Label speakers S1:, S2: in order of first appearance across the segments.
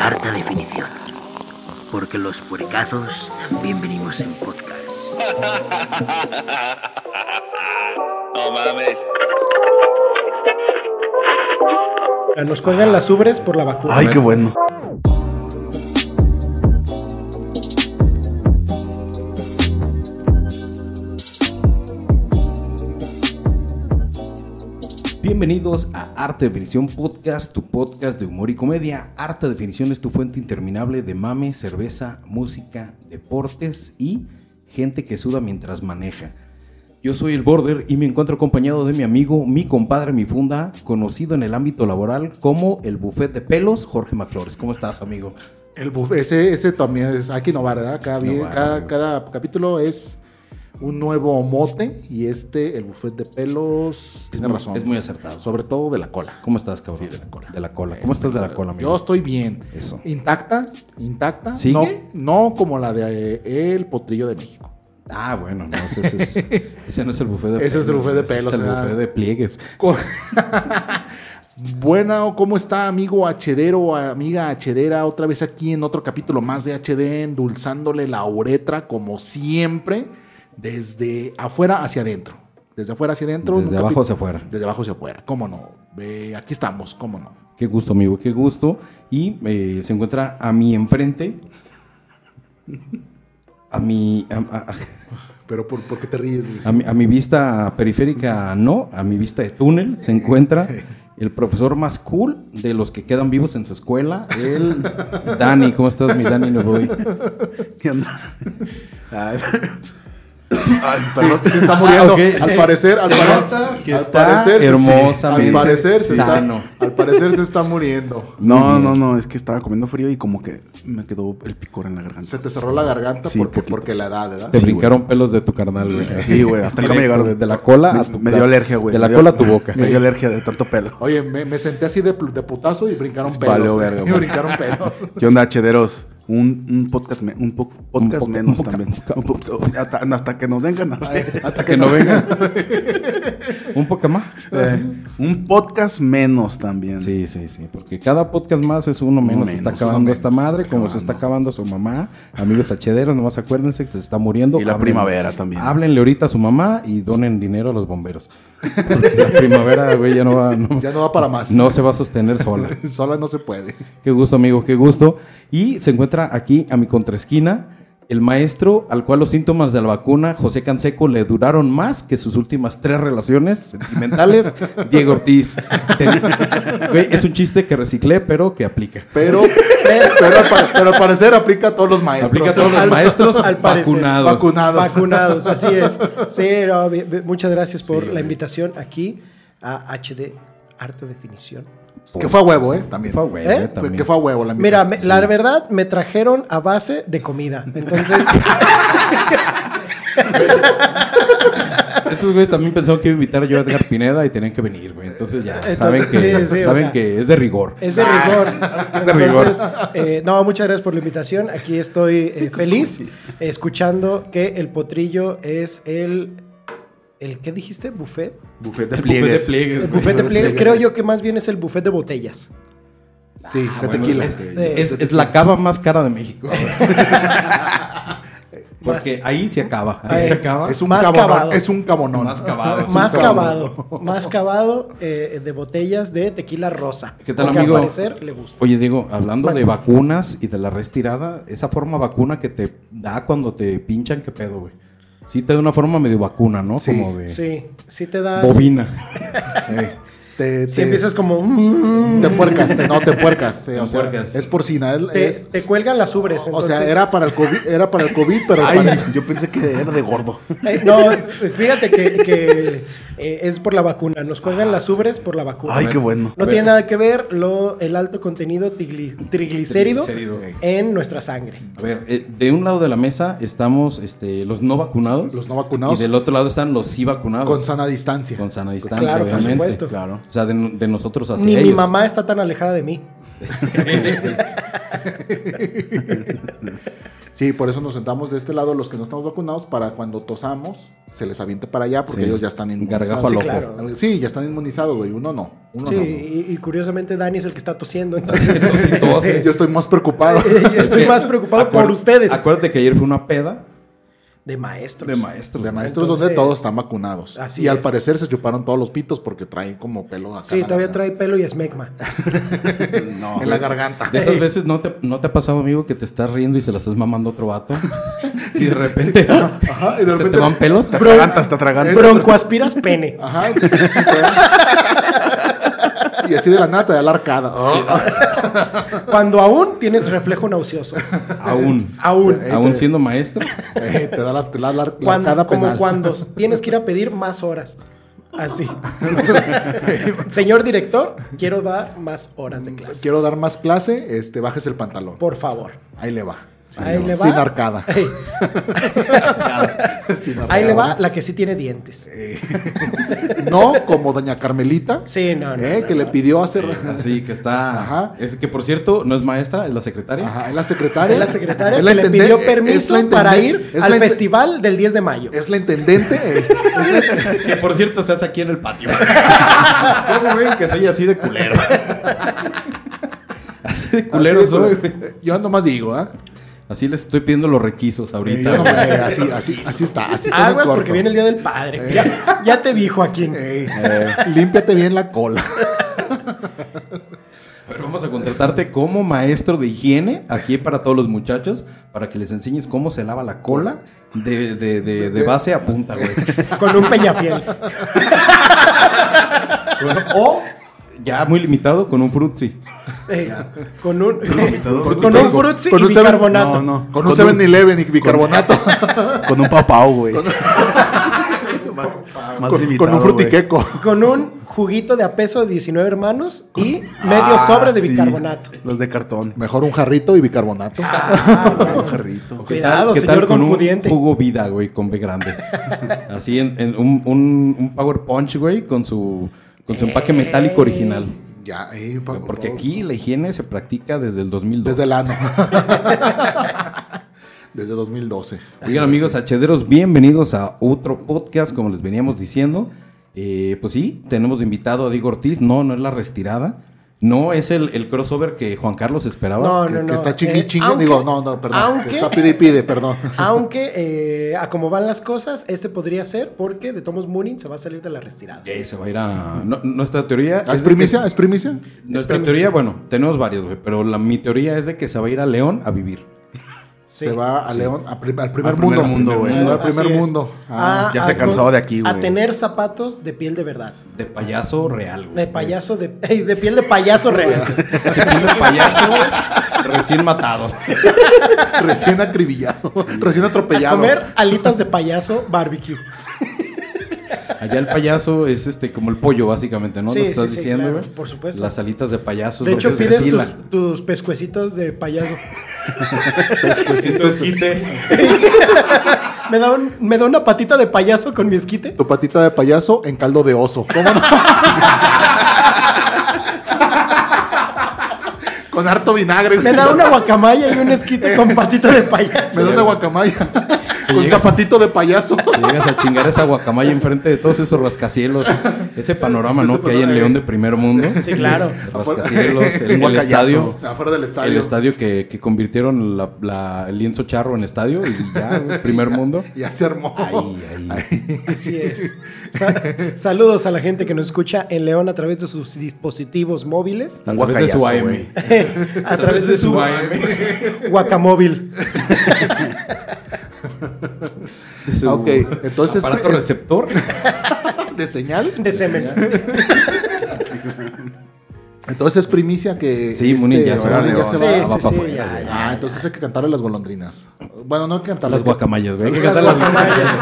S1: Harta definición. Porque los puercazos también venimos en podcast.
S2: No mames.
S3: Nos cuelgan las ubres por la vacuna.
S4: Ay, qué bueno.
S5: Bienvenidos a Arte Definición Podcast, tu podcast de humor y comedia. Arte Definición es tu fuente interminable de mame, cerveza, música, deportes y gente que suda mientras maneja. Yo soy el Border y me encuentro acompañado de mi amigo, mi compadre, mi funda, conocido en el ámbito laboral como el Buffet de Pelos, Jorge McFlores. ¿Cómo estás, amigo?
S4: El buff, ese, ese también es. Hay que innovar, ¿verdad? Cada, bien-
S5: Innovar,
S4: cada,
S5: amigo.
S4: cada capítulo es un nuevo mote y este, el buffet de pelos, tiene
S5: muy-
S4: razón.
S5: es muy acertado.
S4: Sobre todo de la cola.
S5: ¿Cómo estás, cabrón?
S4: Sí, de la cola.
S5: De la cola. ¿Cómo estás de la cola, amigo?
S4: Yo estoy bien.
S5: Eso.
S4: Intacta, intacta.
S5: ¿Sigue?
S4: No, no como la de eh, El Potrillo de México.
S5: Ah, bueno, no, ese, ese es, ese no es el buffet de
S4: Ese es el buffet de pelos,
S5: Ese es el
S4: ah.
S5: buffet de pliegues.
S4: Co- Buena, o ¿cómo está amigo Hedero, amiga Hedera? Otra vez aquí en otro capítulo más de HD, endulzándole la uretra como siempre, desde afuera hacia adentro. Desde afuera hacia adentro.
S5: Desde
S4: un
S5: abajo
S4: capi-
S5: hacia afuera.
S4: Desde abajo hacia afuera, cómo no. Eh, aquí estamos, cómo no.
S5: Qué gusto, amigo, qué gusto. Y eh, se encuentra a mi enfrente. A mi, a, a-
S4: Pero ¿por, por qué te ríes? Luis?
S5: a mi, a mi vista periférica, no, a mi vista de túnel, se encuentra el profesor más cool de los que quedan vivos en su escuela, el Dani. ¿Cómo estás, mi Dani Novoy?
S6: ¿Qué onda? Ay,
S4: Sí, se está muriendo.
S5: Ah, ok.
S4: Al parecer, al,
S5: Se
S4: pare-
S5: nota que
S4: al
S5: está
S4: parecer, se-
S5: hermosamente
S4: al parecer, se está-
S5: sano.
S4: al parecer se está muriendo.
S6: No, no, no, es que estaba comiendo frío y como que me quedó el picor en la garganta.
S4: Se te cerró la garganta
S6: Sí,
S4: porque,
S6: poquito.
S4: porque la edad, ¿verdad?
S5: Te brincaron pelos de tu carnal, güey.
S6: Sí, güey, hasta acá
S5: Directo,
S6: me llegaron.
S5: güey, De la cola
S6: me,
S5: a tu
S6: me dio alergia, güey.
S5: De
S6: me
S5: la
S6: dio-
S5: cola a tu boca.
S6: Me dio alergia de tanto pelo.
S4: Oye, me, me senté así de, pl- de putazo y brincaron pelos. eh,
S6: Valió verga,
S4: y
S6: güey.
S4: brincaron pelos.
S6: ¿Qué onda, chederos? Un, un podcast, me- un po- podcast
S5: poca-
S6: menos
S5: un poca-
S6: también.
S5: poca-
S6: Un po- hasta, hasta que nos den ganas.
S4: Hasta
S5: Que no venga. Un poco más.
S6: Eh, un podcast menos también.
S5: Sí, sí, sí, porque cada podcast más es uno menos, se está
S6: menos,
S5: acabando
S6: uno
S5: esta
S6: menos,
S5: madre,
S6: se
S5: como
S6: está
S5: se está
S6: acabando.
S5: acabando su mamá, amigos hachederos, nomás acuérdense que se está muriendo.
S6: Y la primavera también.
S5: Háblenle ahorita a su mamá y donen dinero a los bomberos. Porque la primavera, güey, ya no va, no,
S4: Ya no va para más.
S5: no se va a sostener sola.
S4: Sola no se puede.
S5: Qué gusto, amigo, qué gusto. Y se encuentra aquí a mi contraesquina el maestro al cual los síntomas de la vacuna, José Canseco, le duraron más que sus últimas tres relaciones sentimentales, Diego Ortiz. Ten- Güey, es un chiste que reciclé, pero que aplica.
S4: Pero, pero, pero al pa- pero al parecer aplica a todos los maestros.
S5: Aplica a todos los
S3: al-
S5: maestros
S3: al parecer,
S5: vacunados.
S4: Vacunados.
S3: Vacunados, así es. Sí, no, bi- bi- muchas gracias por
S5: Sí,
S3: la
S5: güey.
S3: invitación aquí a HD Arte Definición.
S4: Que fue a huevo, ¿eh? También.
S5: Fue a huevo,
S3: ¿Eh?
S4: Fue-
S5: también.
S4: Que fue a huevo la
S3: Mira,
S4: mitad.
S3: me- la verdad me trajeron a base de comida. Entonces,
S5: Estos güeyes también pensaron que iba a invitar yo a Edgar Pineda y tenían que venir, güey. Entonces ya
S3: Entonces,
S5: saben, que,
S3: sí, sí, o
S5: saben
S3: sea,
S5: que es de rigor.
S3: es Ah, de rigor. Entonces, eh, no, muchas gracias por la invitación. Aquí estoy eh, feliz escuchando que el potrillo es el. ¿El qué dijiste? ¿Buffet?
S4: Buffet de
S5: El buffet de
S4: pliegues.
S5: pliegues,
S3: El
S5: güey.
S3: buffet de pliegues. Creo yo que más bien es el buffet de botellas. Eh,
S4: Sí,
S5: Ah,
S4: de tequila.
S5: Es, es la cava más cara de México. Porque ahí se acaba. Ahí
S3: Ahí.
S5: se acaba.
S4: Es un
S3: Más
S4: cabonón.
S3: cavado.
S4: Es un cabonón.
S5: Más cavado,
S4: Ah,
S5: es un
S3: más
S5: cabrón.
S3: cavado, más cavado eh, de botellas de tequila rosa.
S5: ¿Qué tal,
S3: Porque
S5: amigo?
S3: Al parecer le gusta.
S5: Oye, Diego, hablando de vacunas y de la restirada, esa forma vacuna que te da cuando te pinchan, ¿qué pedo, güey? Sí, te da una forma medio vacuna, ¿no?
S4: Sí,
S5: Como de
S3: Sí, sí te das.
S5: bobina.
S4: Eh, te,
S3: Si
S4: te-
S3: empiezas como. mm,
S4: Te puercas. te- no, te puercas. sí,
S5: Te
S4: o sea,
S5: puercas.
S4: es porcina. él
S3: te,
S4: es-
S3: te cuelgan las ubres.
S4: o sea,
S3: entonces-
S4: era para el COVID, era para el COVID pero
S6: Ay,
S4: para-
S6: yo pensé que era de gordo.
S3: Eh, no, fíjate que, que, eh, es por la vacuna. Nos cuelgan las ubres por la vacuna.
S6: Ay, qué bueno.
S3: No tiene nada que ver lo, el alto contenido tigli- triglicérido
S5: Triglicérido, güey.
S3: en nuestra sangre.
S5: A ver, eh, de un lado de la mesa estamos este, los no vacunados.
S4: Los no vacunados.
S5: Y del otro lado están los sí vacunados.
S4: con sana distancia.
S5: Con sana distancia,
S3: Claro, por
S5: obviamente.
S3: supuesto.
S6: Claro.
S5: O sea, de, de nosotros hacia
S3: Ni mi
S5: ellos.
S3: mamá está tan alejada de mí.
S4: Sí, por eso nos sentamos de este lado los que no estamos vacunados para cuando tosamos se les aviente para allá porque
S5: Sí.
S4: ellos ya están
S5: Gargajo
S4: inmunizados.
S5: al
S4: Sí,
S5: ojo.
S4: claro. Sí, ya están inmunizados, güey. Uno no. Uno
S3: Sí,
S4: no.
S3: y, y curiosamente Dani es el que está tosiendo, entonces este,
S5: Sí, todo hace-
S4: Yo estoy más preocupado.
S3: yo estoy
S5: que
S3: más preocupado por
S5: acuer-
S3: ustedes.
S5: Acuérdate que ayer fue una peda
S3: De maestros.
S5: de maestros.
S4: De maestros
S3: Entonces-
S4: 12, todos están vacunados.
S3: Así
S4: y al
S3: es.
S4: parecer se chuparon todos los pitos porque traen como pelo acá. en
S3: Sí,
S4: la
S3: todavía
S4: garganta.
S3: trae pelo y esmegma.
S6: No.
S4: En la garganta.
S5: De esas veces no te, no te ha pasado, amigo, que te estás riendo y se la estás mamando a otro vato. Si de repente,
S4: Ajá, y de
S5: se
S4: repente.
S5: te van pelos.
S6: Está traganta, está traganta.
S3: Bronco aspiras pene.
S4: Ajá. y así de la nada te da la arcada.
S5: Oh.
S3: Cuando aún tienes reflejo nauseoso.
S5: Aún.
S3: Aún.
S5: Aún siendo maestro.
S4: Eh, te da la, te da la, la
S3: Cuando-
S4: arcada
S3: como
S4: penal.
S3: cuando tienes que ir a pedir más horas. Así. Señor director, quiero dar más horas de clase.
S4: Quiero dar más clase, este, bajes el pantalón.
S3: Por favor.
S4: Ahí le va.
S3: Ahí le va.
S4: Sin arcada.
S3: Ey,
S4: Sin
S3: ahí
S4: arcada. Eh,
S3: le va la que sí tiene dientes.
S4: No como doña Carmelita,
S3: Sí, no, no.
S4: eh,
S3: no,
S4: que le
S3: no.
S4: pidió hacer.
S5: Así que está.
S4: Ajá.
S5: Es que por cierto, no es maestra, es la secretaria.
S4: Ajá, es la secretaria.
S3: Es la secretaria
S4: Es la
S3: que le
S4: intenden-
S3: pidió
S4: es- es la
S3: permiso
S4: intenden-
S3: para ir
S4: es
S3: al
S4: la inte-
S3: festival del 10 de mayo.
S4: Es la intendente. eh,
S5: Que por cierto se hace aquí en el patio. ¿Cómo ven que soy así de culero? así de culero
S4: así,
S5: soy.
S4: pero-
S5: güey.
S4: Yo nomás digo, ¿eh?
S5: Así les estoy pidiendo los requisos
S4: Eh, yo
S5: ahorita.
S4: no me-
S5: güey.
S4: eh, así, así, así está. Así está en el
S3: Aguas Ah, porque
S4: cuerpo.
S3: viene el Día del Padre. Eh. Ya, ya te dijo a quién.
S4: Ey,
S6: Eh.
S4: límpiate bien la cola.
S5: Pero vamos a contratarte como maestro de higiene aquí para todos los muchachos para que les enseñes cómo se lava la cola de, de- de- de base a punta, güey.
S3: Con un peñafiel.
S5: o ya muy limitado con un frutzi.
S3: Eh, con un,
S6: Con
S3: con un frutzi y
S6: seven-
S3: bicarbonato.
S6: No, no.
S4: Con un 7-Eleven y bicarbonato.
S6: Con un papau, güey. Más
S4: Con,
S6: limitado,
S4: con un
S6: güey.
S4: frutiqueco.
S3: Con un juguito de a peso de 19 hermanos y medio
S6: Ah,
S3: sobre de
S6: sí,
S3: bicarbonato.
S6: Los de cartón.
S4: Mejor un jarrito y bicarbonato.
S3: Ah.
S6: Un jarrito.
S5: ¿Qué
S3: Cuidado,
S5: qué
S3: señor
S5: con
S3: don
S5: un
S3: pudiente?
S5: jugo vida, güey, con B grande? Así en, en un, un- un Power Punch, güey, con su, con su empaque metálico original.
S4: ya, eh, pa-
S5: Porque
S4: pa-
S5: aquí la higiene se practica desde el 2012.
S4: Desde el ano. Desde 2012.
S5: Oigan amigos hachederos, bienvenidos a otro podcast, como les veníamos diciendo. Eh, pues sí, tenemos invitado a Diego Ortiz, no, no es la retirada, no es el, el crossover que Juan Carlos esperaba.
S3: No,
S4: que,
S3: no, no.
S4: que está chingui
S3: Eh,
S4: chingue.
S3: aunque-
S4: Digo, no, no, perdón.
S3: aunque-
S4: Está pide y pide, perdón.
S3: Aunque, eh, a como van las cosas, este podría ser porque de Tomos Moonin se va a salir de la retirada.
S5: Eh, se va a ir a... no- nuestra teoría...
S4: ¿Es
S5: de que
S4: primicia?
S5: es-
S4: ¿Es primicia?
S5: Nuestra teoría, bueno, tenemos varios, güey, pero la, mi teoría es de que se va a ir a León a vivir.
S3: Sí.
S4: Se va a León, a prim- al primer
S6: Al primer
S4: mundo.
S6: mundo, güey.
S4: Al
S3: Así
S4: primer
S3: es.
S4: mundo. Ah,
S3: A-
S6: ya se
S3: a-
S6: cansó de aquí,
S3: A
S6: güey.
S3: tener zapatos de piel de verdad.
S5: De payaso real, güey.
S3: De payaso, de, ey, de piel de payaso real.
S5: De payaso recién matado.
S4: Recién acribillado. recién
S3: A
S4: atropellado.
S3: comer alitas de payaso barbecue.
S5: Allá el payaso es este como el pollo, básicamente, ¿no?
S3: Sí,
S5: Lo que estás
S3: sí, sí,
S5: diciendo,
S3: claro,
S5: güey.
S3: por supuesto.
S5: Las alitas de payaso.
S3: De
S5: lo
S3: hecho,
S5: que se
S3: pides
S5: estila.
S3: tus, tus pescuecitos de payaso.
S5: Tu esquite.
S3: Me da, un- me da una patita de payaso con mi esquite.
S4: Tu patita de payaso en caldo de oso. ¿Cómo no? Con harto vinagre.
S3: Me da una guacamaya y un esquite con patita de payaso.
S4: Me da una guacamaya. Con
S5: llegas-
S4: zapatito de payaso.
S5: Y Llegas a chingar esa guacamaya enfrente de todos esos rascacielos. Ese, ese panorama, ¿no? que hay en León de primer mundo.
S3: Sí, claro.
S5: Rascacielos, el, el
S4: Guacayazo.
S5: estadio.
S4: Afuera del estadio.
S5: El estadio que, que convirtieron la- la- el lienzo charro en estadio y ya, güey, primer mundo.
S4: Ya se armó.
S5: Ahí, ahí.
S3: Así es. Sa- saludos a la gente que nos escucha en León a través de sus dispositivos móviles.
S5: A través de su AM.
S6: guacayazo, güey.
S3: a través de su
S5: AM.
S3: guacamóvil.
S5: De su
S4: Ah, ok. Entonces-
S3: eh,
S5: aparato receptor.
S4: De señal.
S3: De semen.
S4: Entonces es primicia que.
S5: Sí, Munin ya se va,
S4: Munin ya
S6: León.
S4: se
S3: Sí,
S4: va.
S3: sí,
S5: va pa'
S3: sí,
S5: afuera,
S3: ya,
S5: güey.
S3: ya.
S4: Ah, entonces hay que cantarle las golondrinas. Bueno, no hay que cantarle.
S5: Las guacamayas, güey.
S4: Hay que
S3: Las
S4: cantarle las
S3: guacamayas.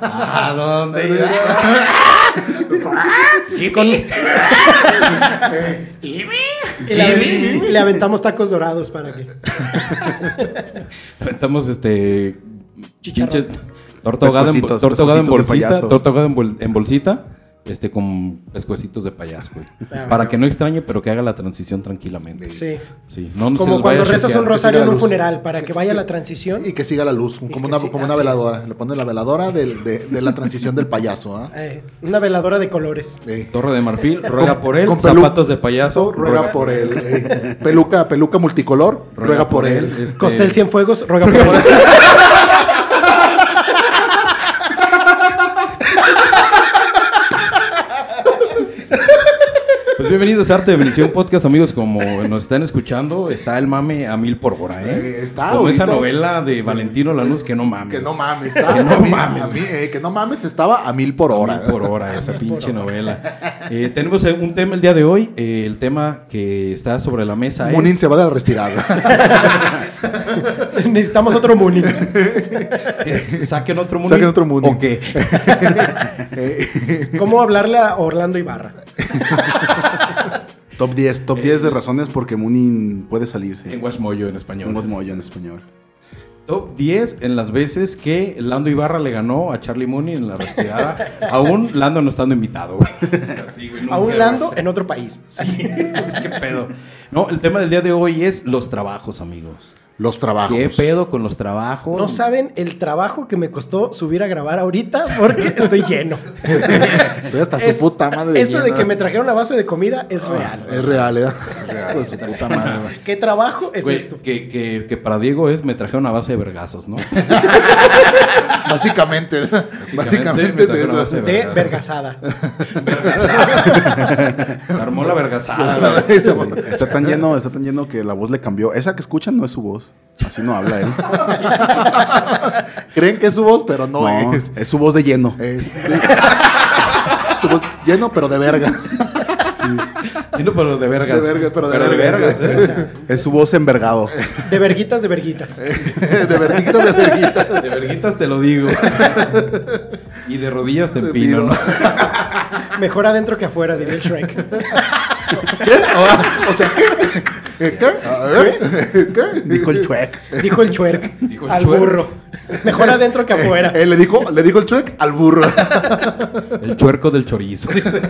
S5: ¿A dónde
S3: Y le, le aventamos tacos dorados para que.
S5: Aventamos este.
S3: Chicharrón.
S5: pinche Torta ahogada en,
S6: Pescocitos,
S5: torta ahogada en
S6: pescocitos de
S5: bolsita.
S6: payaso.
S5: Torta ahogada en, bol- en bolsita. este, con pescuecitos de payaso, güey.
S3: Ah,
S5: Para que no extrañe, pero que haga la transición tranquilamente.
S3: Sí.
S5: Sí, no se
S3: Como
S5: les vaya
S3: cuando
S5: a
S3: rezas
S5: choquear.
S3: un rosario en un
S4: luz.
S3: funeral, para que vaya la transición.
S4: Y que siga la luz,
S3: que
S4: como una,
S3: sí,
S4: como una
S3: así es.
S4: veladora. Le ponen la veladora del- de, de la transición del payaso. ¿ah?
S3: eh, una veladora de colores.
S4: Eh,
S5: Torre de marfil, ruega por él.
S4: con pelu-
S5: Zapatos de payaso,
S4: ruega por él. eh. Peluca, peluca multicolor, ruega, por él.
S5: Este,
S3: Costel Cienfuegos, ruega por él.
S5: Pues bienvenidos a Arte de Bendición Podcast, amigos. Como nos están escuchando, está el mame a mil por hora, ¿eh?
S4: Eh, está
S5: Como esa
S4: ahorita.
S5: novela de Valentino Lanús que no mames.
S4: Que no mames, ¿ah?
S5: Que no mames.
S4: a mí, eh, que no mames, estaba a mil por
S5: Por
S4: hora.
S5: hora, por hora, esa pinche novela. Eh, tenemos eh, un tema el día de hoy. eh, el tema que está sobre la mesa es.
S4: Munin se va de la retirada.
S3: Necesitamos otro Muni.
S5: es saquen otro mundo.
S6: Saquen otro Munin.
S5: ¿O qué?
S3: ¿Cómo hablarle a Orlando Ibarra?
S6: Top 10, top
S4: Eh.
S6: 10 de razones porque Munin puede salirse.
S5: En Guasmoyo, en
S6: Un
S5: español.
S6: Godmo yo en español.
S5: Top 10 en las veces que Lando Ibarra le ganó a Charlie Mooney en la retirada. Aún Lando no estando invitado, güey. Así, güey, nunca,
S3: A un
S5: güey.
S3: Lando en otro país.
S5: Sí, pues, qué pedo. No, el tema del día de hoy es los trabajos, amigos.
S4: Los trabajos.
S5: ¿Qué pedo con los trabajos?
S3: No saben el trabajo que me costó subir a grabar ahorita porque estoy lleno.
S4: Estoy hasta
S3: Es-
S4: su puta madre.
S3: Eso de
S4: llena. Ah,
S3: que me trajeron la base de comida es real.
S4: Es real, ¿eh? Hijo de su puta madre. güey.
S3: ¿Qué trabajo es
S5: Güey,
S3: esto?
S5: que, que- que para Diego es me trajeron una base de vergazos, ¿no? Básicamente,
S4: Básicamente.
S5: me
S4: Básicamente es
S5: trajeron una
S4: eso.
S5: base
S3: De
S5: vergazos.
S3: vergasada.
S5: Se armó la vergazada.
S6: Está tan lleno, está tan lleno que la voz le cambió. Esa que escuchan no es su voz. Así no habla él.
S4: Creen que es su voz, pero no, Eh,
S6: No,
S4: es.
S6: es, su voz de lleno.
S4: Es- su voz lleno, pero de vergas.
S5: Y no, pero de vergas.
S4: De verga, pero de
S5: vergas,
S4: vergas.
S5: ¿eh?
S6: Es su voz envergado.
S3: De verguitas, de verguitas.
S4: de verguitas, de verguitas.
S5: De verguitas te lo digo. Y de rodillas te
S4: Te pido.
S5: empino, ¿no?
S3: Mejor adentro que afuera, diría el Shrek.
S4: ¿Qué? O- O sea, ¿qué? ¿Qué? A ver, ¿Qué?
S6: Dijo el chuec.
S3: Dijo el Chuerk
S5: Dijo el
S3: al
S5: Chuerk.
S3: burro. Mejor adentro que afuera.
S4: Eh, le dijo, le dijo el Shrek al burro.
S5: El chuerco del chorizo. dice.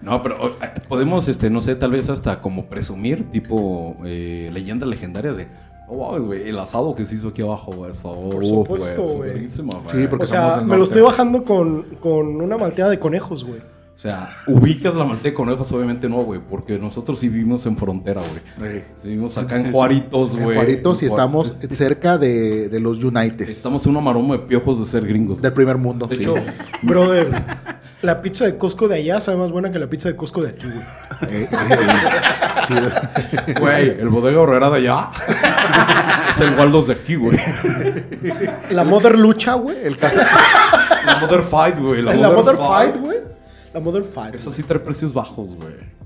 S5: No, pero o, eh, podemos, este, no sé, tal vez hasta como presumir, tipo eh, leyendas legendarias de. Oh, wow, güey, el asado que se hizo aquí abajo, güey. está-
S3: Por
S5: uf,
S3: supuesto,
S5: güey,
S3: güey.
S5: superísimo, güey.
S4: Sí, porque
S3: o sea,
S4: somos del
S3: me lo
S4: norte.
S3: estoy bajando con, con una malteada de conejos, güey.
S5: O sea, ubicas la malteca con conejos, obviamente no, güey, porque nosotros sí vivimos en frontera, güey.
S4: Sí.
S5: Sí, Vivimos acá en Juaritos,
S4: En
S5: güey.
S4: Juaritos y
S5: En Juar-
S4: estamos pues, cerca de, de los United.
S5: Estamos en una maroma de piojos de ser gringos.
S4: Del primer mundo.
S5: de
S4: sí.
S5: hecho,
S3: Brother, la pizza de Costco de allá sabe más buena que la pizza de Costco de aquí, güey.
S4: Eh, eh, eh, sí.
S5: güey, el bodega horrera de allá es el Waldos de aquí, güey.
S3: La Mother Lucha, güey.
S4: El caso-
S5: La Mother Fight, güey. La,
S3: La, Mother
S5: Fight,
S3: Fight, güey. La Mother Fight.
S5: Eso
S3: güey.
S5: sí trae precios bajos, güey.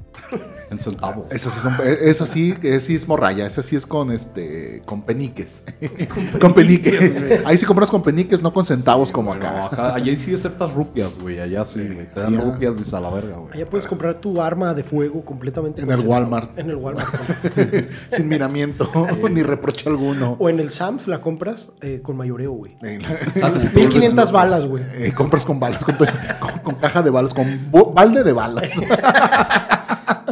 S5: En centavos.
S4: Esa sí, son- eh, esa sí, es sí es morralla, esa sí es con este con peniques. con peniques. Ahí sí compras con peniques, no con centavos como
S5: Bueno,
S4: acá.
S5: acá, allá sí aceptas rupias, güey. Allá sí, güey. Te dan
S4: Ya.
S5: rupias de salaverga, güey.
S3: Allá puedes comprar tu arma de fuego completamente.
S4: En el
S3: concentrada.
S4: Walmart.
S3: En el Walmart.
S4: Sin miramiento, ni reproche alguno.
S3: o en el Sams la compras eh, con mayoreo, güey.
S4: Eh,
S3: 1500 balas, güey.
S4: eh, compras con balas, con, con- con caja de balas, con bo- balde de balas.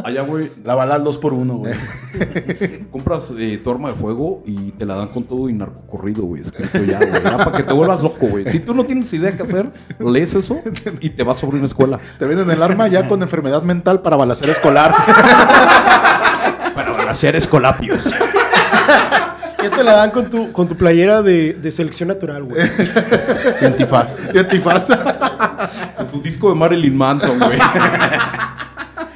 S5: Allá, güey,
S6: La bala al 2x1, güey.
S5: compras eh, tu arma de fuego y te la dan con todo y narcocorrido, güey. Escrito ya, güey. Ya para que te vuelvas loco, güey. Si tú no tienes idea qué hacer, lees eso y te vas sobre una escuela.
S4: Te venden el arma ya con enfermedad mental para balacer escolar.
S5: Para balancear escolapios.
S3: Ya te la dan con tu, con tu playera de, de selección natural, güey.
S4: Y antifaz. Y antifaz.
S5: Con tu disco de Marilyn Manson, güey.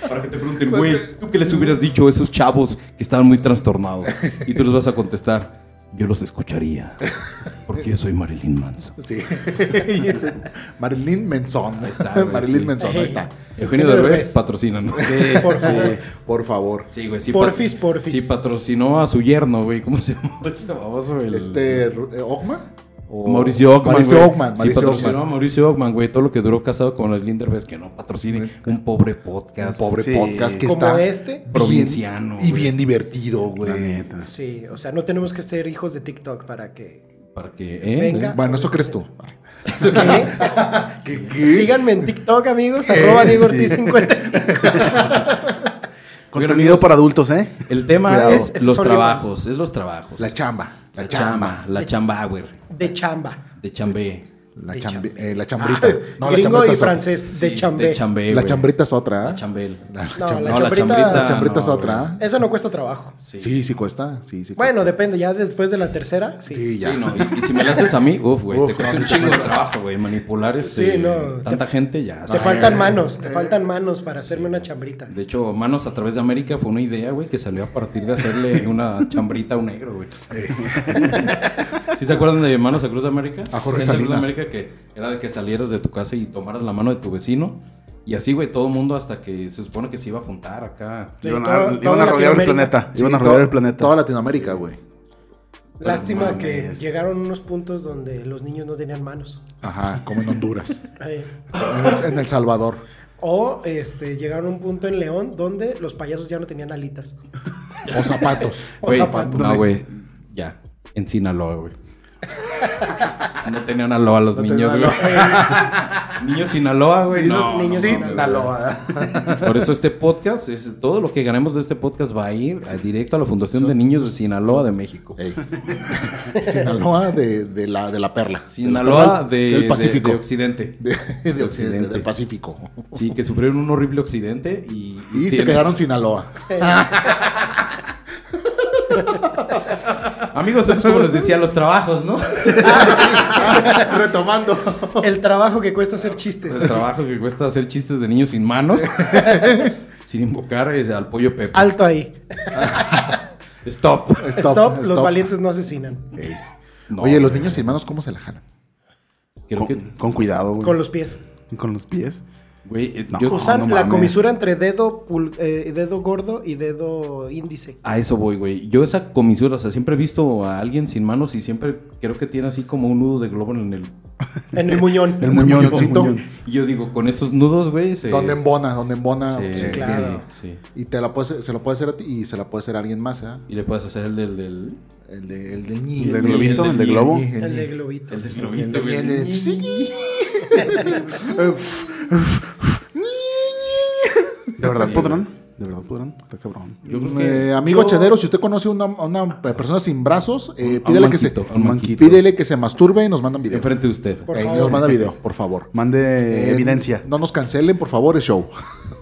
S5: Para que te pregunten, güey, ¿tú qué les hubieras dicho a esos chavos que estaban muy trastornados? Y tú les vas a contestar, yo los escucharía, porque yo soy Marilyn Manson.
S4: Sí. Marilyn Menzón.
S5: Ahí está, güey,
S4: Marilyn
S5: sí.
S4: Menzón, ahí está.
S5: Eugenio Derbez, patrocínanos.
S3: Por favor.
S4: Por favor.
S5: Sí, güey, sí.
S3: Porfis,
S5: pat-
S3: porfis.
S5: Sí, patrocinó a su yerno, güey. ¿Cómo se llamaba ese baboso? El...
S4: Este, Ru- eh, ¿Ogma? O-
S5: Mauricio Ockman.
S4: Mauricio
S5: güey.
S4: Ockman.
S5: Sí,
S4: Mauricio
S5: patrocinó a
S4: Ockman.
S5: Mauricio Ockman, güey. Todo lo que duró casado con el Linderbez, que no patrocine un pobre podcast.
S4: Pobre
S6: Sí.
S4: podcast que
S3: Como
S4: está.
S3: este.
S4: bien-
S5: Provinciano,
S4: Y
S5: güey.
S4: bien divertido,
S6: La
S4: güey.
S3: ¿eh?
S6: neta.
S3: Sí, o sea, no tenemos que ser hijos de TikTok para que
S5: Para que. ¿eh?
S3: Venga.
S4: Bueno, eso crees tú.
S3: ¿Qué? Síganme en TikTok, amigos. Arroba Diego Ortiz 55.
S6: Contenido
S5: amigos.
S6: para adultos, ¿eh?
S5: El tema
S6: Cuidado.
S5: es
S3: Esos
S5: los
S3: son
S5: trabajos, es los trabajos.
S4: La chamba. La,
S5: pues, La
S4: chamba.
S5: chamba, la chamba, güey.
S3: De chamba.
S5: De chambé.
S4: La,
S3: De
S4: chambe-
S3: chambe.
S4: eh, la chambrita. no, la
S3: Ah, Gringo
S4: chambrita
S3: y
S4: es otra.
S3: francés.
S5: Sí,
S3: de chambé.
S5: De chambé,
S4: La
S5: güey.
S4: chambrita es otra.
S5: La
S4: ¿ah?
S5: chambel.
S4: La
S3: No,
S4: cham-
S3: la
S5: No, la
S3: chambrita-
S5: chambrita.
S4: La chambrita
S5: no,
S4: es otra.
S5: güey.
S4: ¿ah?
S3: Eso no cuesta trabajo.
S4: Sí, sí, cuesta. Sí, sí
S3: Bueno, depende. Ya después de la tercera,
S4: cuesta.
S3: sí.
S4: sí, ya.
S5: Sí, no, y, y si me la haces a mí, uf, güey, te
S4: Uf,
S5: cuesta un chingo de trabajo, güey, manipular este,
S3: Sí, no,
S5: tanta
S3: te-
S5: gente ya.
S3: Te
S5: sí.
S3: faltan manos. Te faltan manos para hacerme una chambrita.
S5: De hecho, Manos a través de América fue una idea, güey, que salió a partir de hacerle una chambrita a un negro, güey. ¿Sí se acuerdan de Manos a Cruz de América?
S4: A Jorge
S5: Sí, Cruz de
S4: Salinas.
S5: América que era de que salieras de tu casa y tomaras la mano de tu vecino. Y así, güey, todo el mundo hasta que se supone que se iba a juntar acá.
S3: Sí,
S6: iban a,
S3: todo-
S6: iban
S3: todo
S6: a rodear el
S3: Latinoamérica.
S6: planeta.
S4: Sí,
S6: iban a
S4: to-
S6: rodear el planeta.
S4: Toda Latinoamérica, güey.
S3: Lástima que llegaron unos puntos donde los niños no tenían manos.
S4: Ajá, como en Honduras.
S3: Eh,
S4: en, el, en El Salvador.
S3: O este, llegaron a un punto en León donde los payasos ya no tenían alitas.
S4: O zapatos.
S3: O
S5: Güey,
S3: zapatos.
S5: No, güey, ya, en Sinaloa, güey. No tenían aloha los niños, güey. Niños Sinaloa, güey. No,
S3: niños
S5: no,
S3: Sinaloa.
S5: güey. Por eso este podcast, es, todo lo que ganemos de este podcast va a ir a- directo a la Fundación de Niños de Sinaloa de México.
S4: Ey. Sinaloa de, de la, de la perla.
S5: Sinaloa de,
S4: del Pacífico.
S5: de- de Occidente.
S4: De- de
S5: De
S4: Occidente,
S5: Occidente.
S4: del Pacífico.
S5: Sí, que sufrieron un horrible Occidente y...
S4: Y se
S5: tienen-
S4: quedaron Sinaloa.
S3: Sí.
S5: Amigos, eso es como les decía, los trabajos, ¿no?
S4: Retomando.
S3: El trabajo que cuesta hacer chistes.
S5: El trabajo que cuesta hacer chistes de niños sin manos, sin invocar eh, al pollo Pepe.
S3: Alto ahí.
S5: Stop.
S3: Stop, los valientes no asesinan.
S5: No,
S4: Oye, los niños sin manos, ¿cómo se la jalan?
S5: creo
S6: Con,
S5: que,
S6: con cuidado, güey.
S3: Con los pies.
S6: Con los pies.
S5: güey, eh,
S6: No,
S5: yo-
S3: Usan
S6: no
S3: la
S6: mames.
S3: comisura entre dedo, pul- eh, dedo gordo y dedo índice.
S5: a eso voy, güey. Yo esa comisura, o sea, siempre he visto a alguien sin manos y siempre creo que tiene así como un nudo de globo en el...
S3: En el muñón.
S6: El muñón,
S4: muñoncito.
S6: muñón.
S5: Y yo digo, con esos nudos, güey, se...
S4: Donde embona, donde embona.
S5: se-
S4: sí.
S3: claro.
S5: sí, sí.
S4: Y te la puede, se lo puede hacer a ti y se la puede hacer a alguien más, ¿eh?
S5: Y le puedes hacer el del... del
S4: El de, el de ñi.
S6: El del
S5: del
S6: globito,
S5: ñi,
S6: el
S5: el
S6: del
S5: del
S6: globo.
S4: ñi,
S3: El de
S4: ñi.
S3: globito.
S5: el del globito, güey.
S4: El de- sí.
S6: ¿De verdad
S5: Sí,
S6: podrán? ¿De verdad podrán? Está cabrón.
S5: Yo creo que...
S4: Eh, amigo
S3: Yo-
S4: Chedero, si usted conoce una, a una persona sin brazos, eh,
S5: a un
S4: pídele, que se,
S5: manquito, a un manquito.
S4: pídele que se masturbe y nos manda un video.
S5: Enfrente de usted.
S3: Por
S4: Eh,
S3: favor.
S4: Nos manda video, por favor.
S6: Mande
S4: Eh,
S6: evidencia.
S4: No nos cancelen, por favor, es show.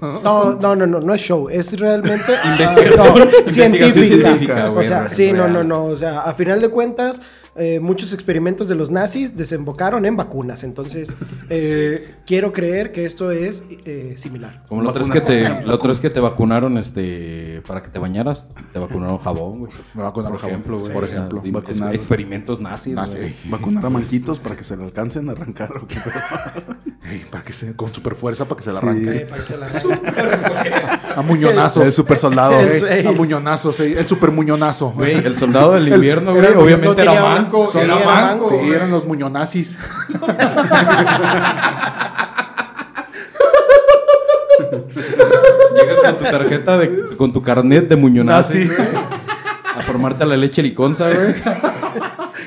S3: No, no, no, no, no es show, es realmente
S5: Investigación-
S3: No,
S5: investigación científica,
S3: o
S5: güey,
S3: sea,
S5: re-
S3: sí, no,
S5: real.
S3: no, no, o sea, a final de cuentas, eh, muchos experimentos de los nazis desembocaron en vacunas, entonces eh, quiero creer que esto es eh, similar.
S5: Como la otra, vez que te, la otra vez que te vacunaron este para que te bañaras, te vacunaron jabón, güey.
S4: Me vacunaron
S5: Por
S4: jabón,
S5: ejemplo, güey.
S4: por
S5: o sea,
S4: ejemplo,
S5: di-
S6: vacunaron.
S5: experimentos nazis,
S4: Nazi.
S5: güey.
S6: Vacunar a manquitos para que se le alcancen a arrancar. ¿o qué pedo?
S4: Ey, para que se, con super fuerza, para que se la
S6: Sí.
S3: Eh,
S4: arranque.
S3: parece la-
S4: A muñonazos.
S6: El super soldado.
S3: El
S4: Ey,
S3: su- ey.
S4: a muñonazos, ey, el super muñonazo.
S5: Güey, el soldado del invierno,
S3: era-
S5: güey,
S3: no
S5: obviamente era
S3: tenía una-
S5: manco.
S3: sí,
S5: era
S3: era
S5: manco.
S4: Sí,
S3: manco.
S5: güey.
S4: eran los muñonazis.
S5: Llegas con tu tarjeta, de, con tu carnet de muñonazi, güey. A formarte a la leche liconza, güey.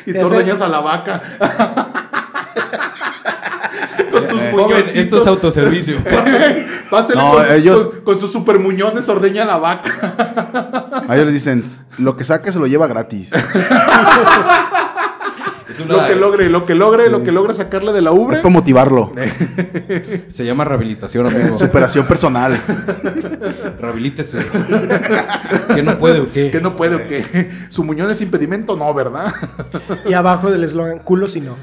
S4: Y
S3: Te
S4: tú
S3: hace-
S4: ordeñas a la vaca. con tus
S5: Joven,
S4: muñoncitos.
S5: esto es autoservicio.
S4: Pásele
S6: No,
S4: con,
S6: ellos-
S4: con- con sus super muñones, ordeña a la vaca.
S6: A ellos les dicen, lo que saque se lo lleva gratis.
S5: Es una-
S4: Lo que logre, lo que logre, lo que logre sacarle de la ubre.
S6: Es para motivarlo.
S5: Se llama rehabilitación, amigo.
S6: Superación personal.
S5: Rehabilítese. ¿Qué no puede o qué?
S4: Que no puede, o qué? Su muñón es impedimento, no, ¿verdad?
S3: Y abajo del eslogan, culo si no.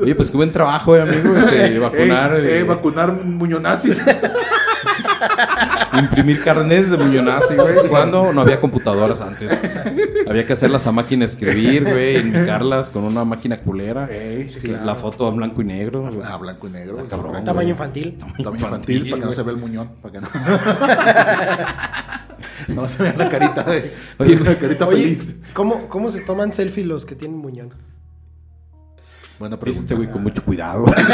S5: Oye, pues qué buen trabajo, eh, amigo. Este, vacunar,
S4: Ey,
S5: eh,
S4: ey, vacunar muñonazis.
S5: imprimir carnets de muñonazi, güey. Cuando no había computadoras antes. Había que hacerlas a máquina de escribir, güey. Indicarlas con una máquina culera.
S4: Ey, sí,
S5: Sí,
S4: claro.
S5: La foto a blanco y negro. güey.
S4: Ah, blanco y negro.
S5: Ah, cabrón,
S4: Blanco y
S3: Tamaño
S5: güey.
S3: infantil.
S4: Tamaño infantil, para que no
S5: güey.
S4: se vea el muñón. Para que no. no se vea la carita. güey.
S5: Oye,
S4: la carita
S3: Oye,
S4: feliz.
S3: ¿cómo, ¿cómo se toman selfie los que tienen muñón?
S4: Buena pregunta.
S5: Este güey con mucho cuidado.
S6: Para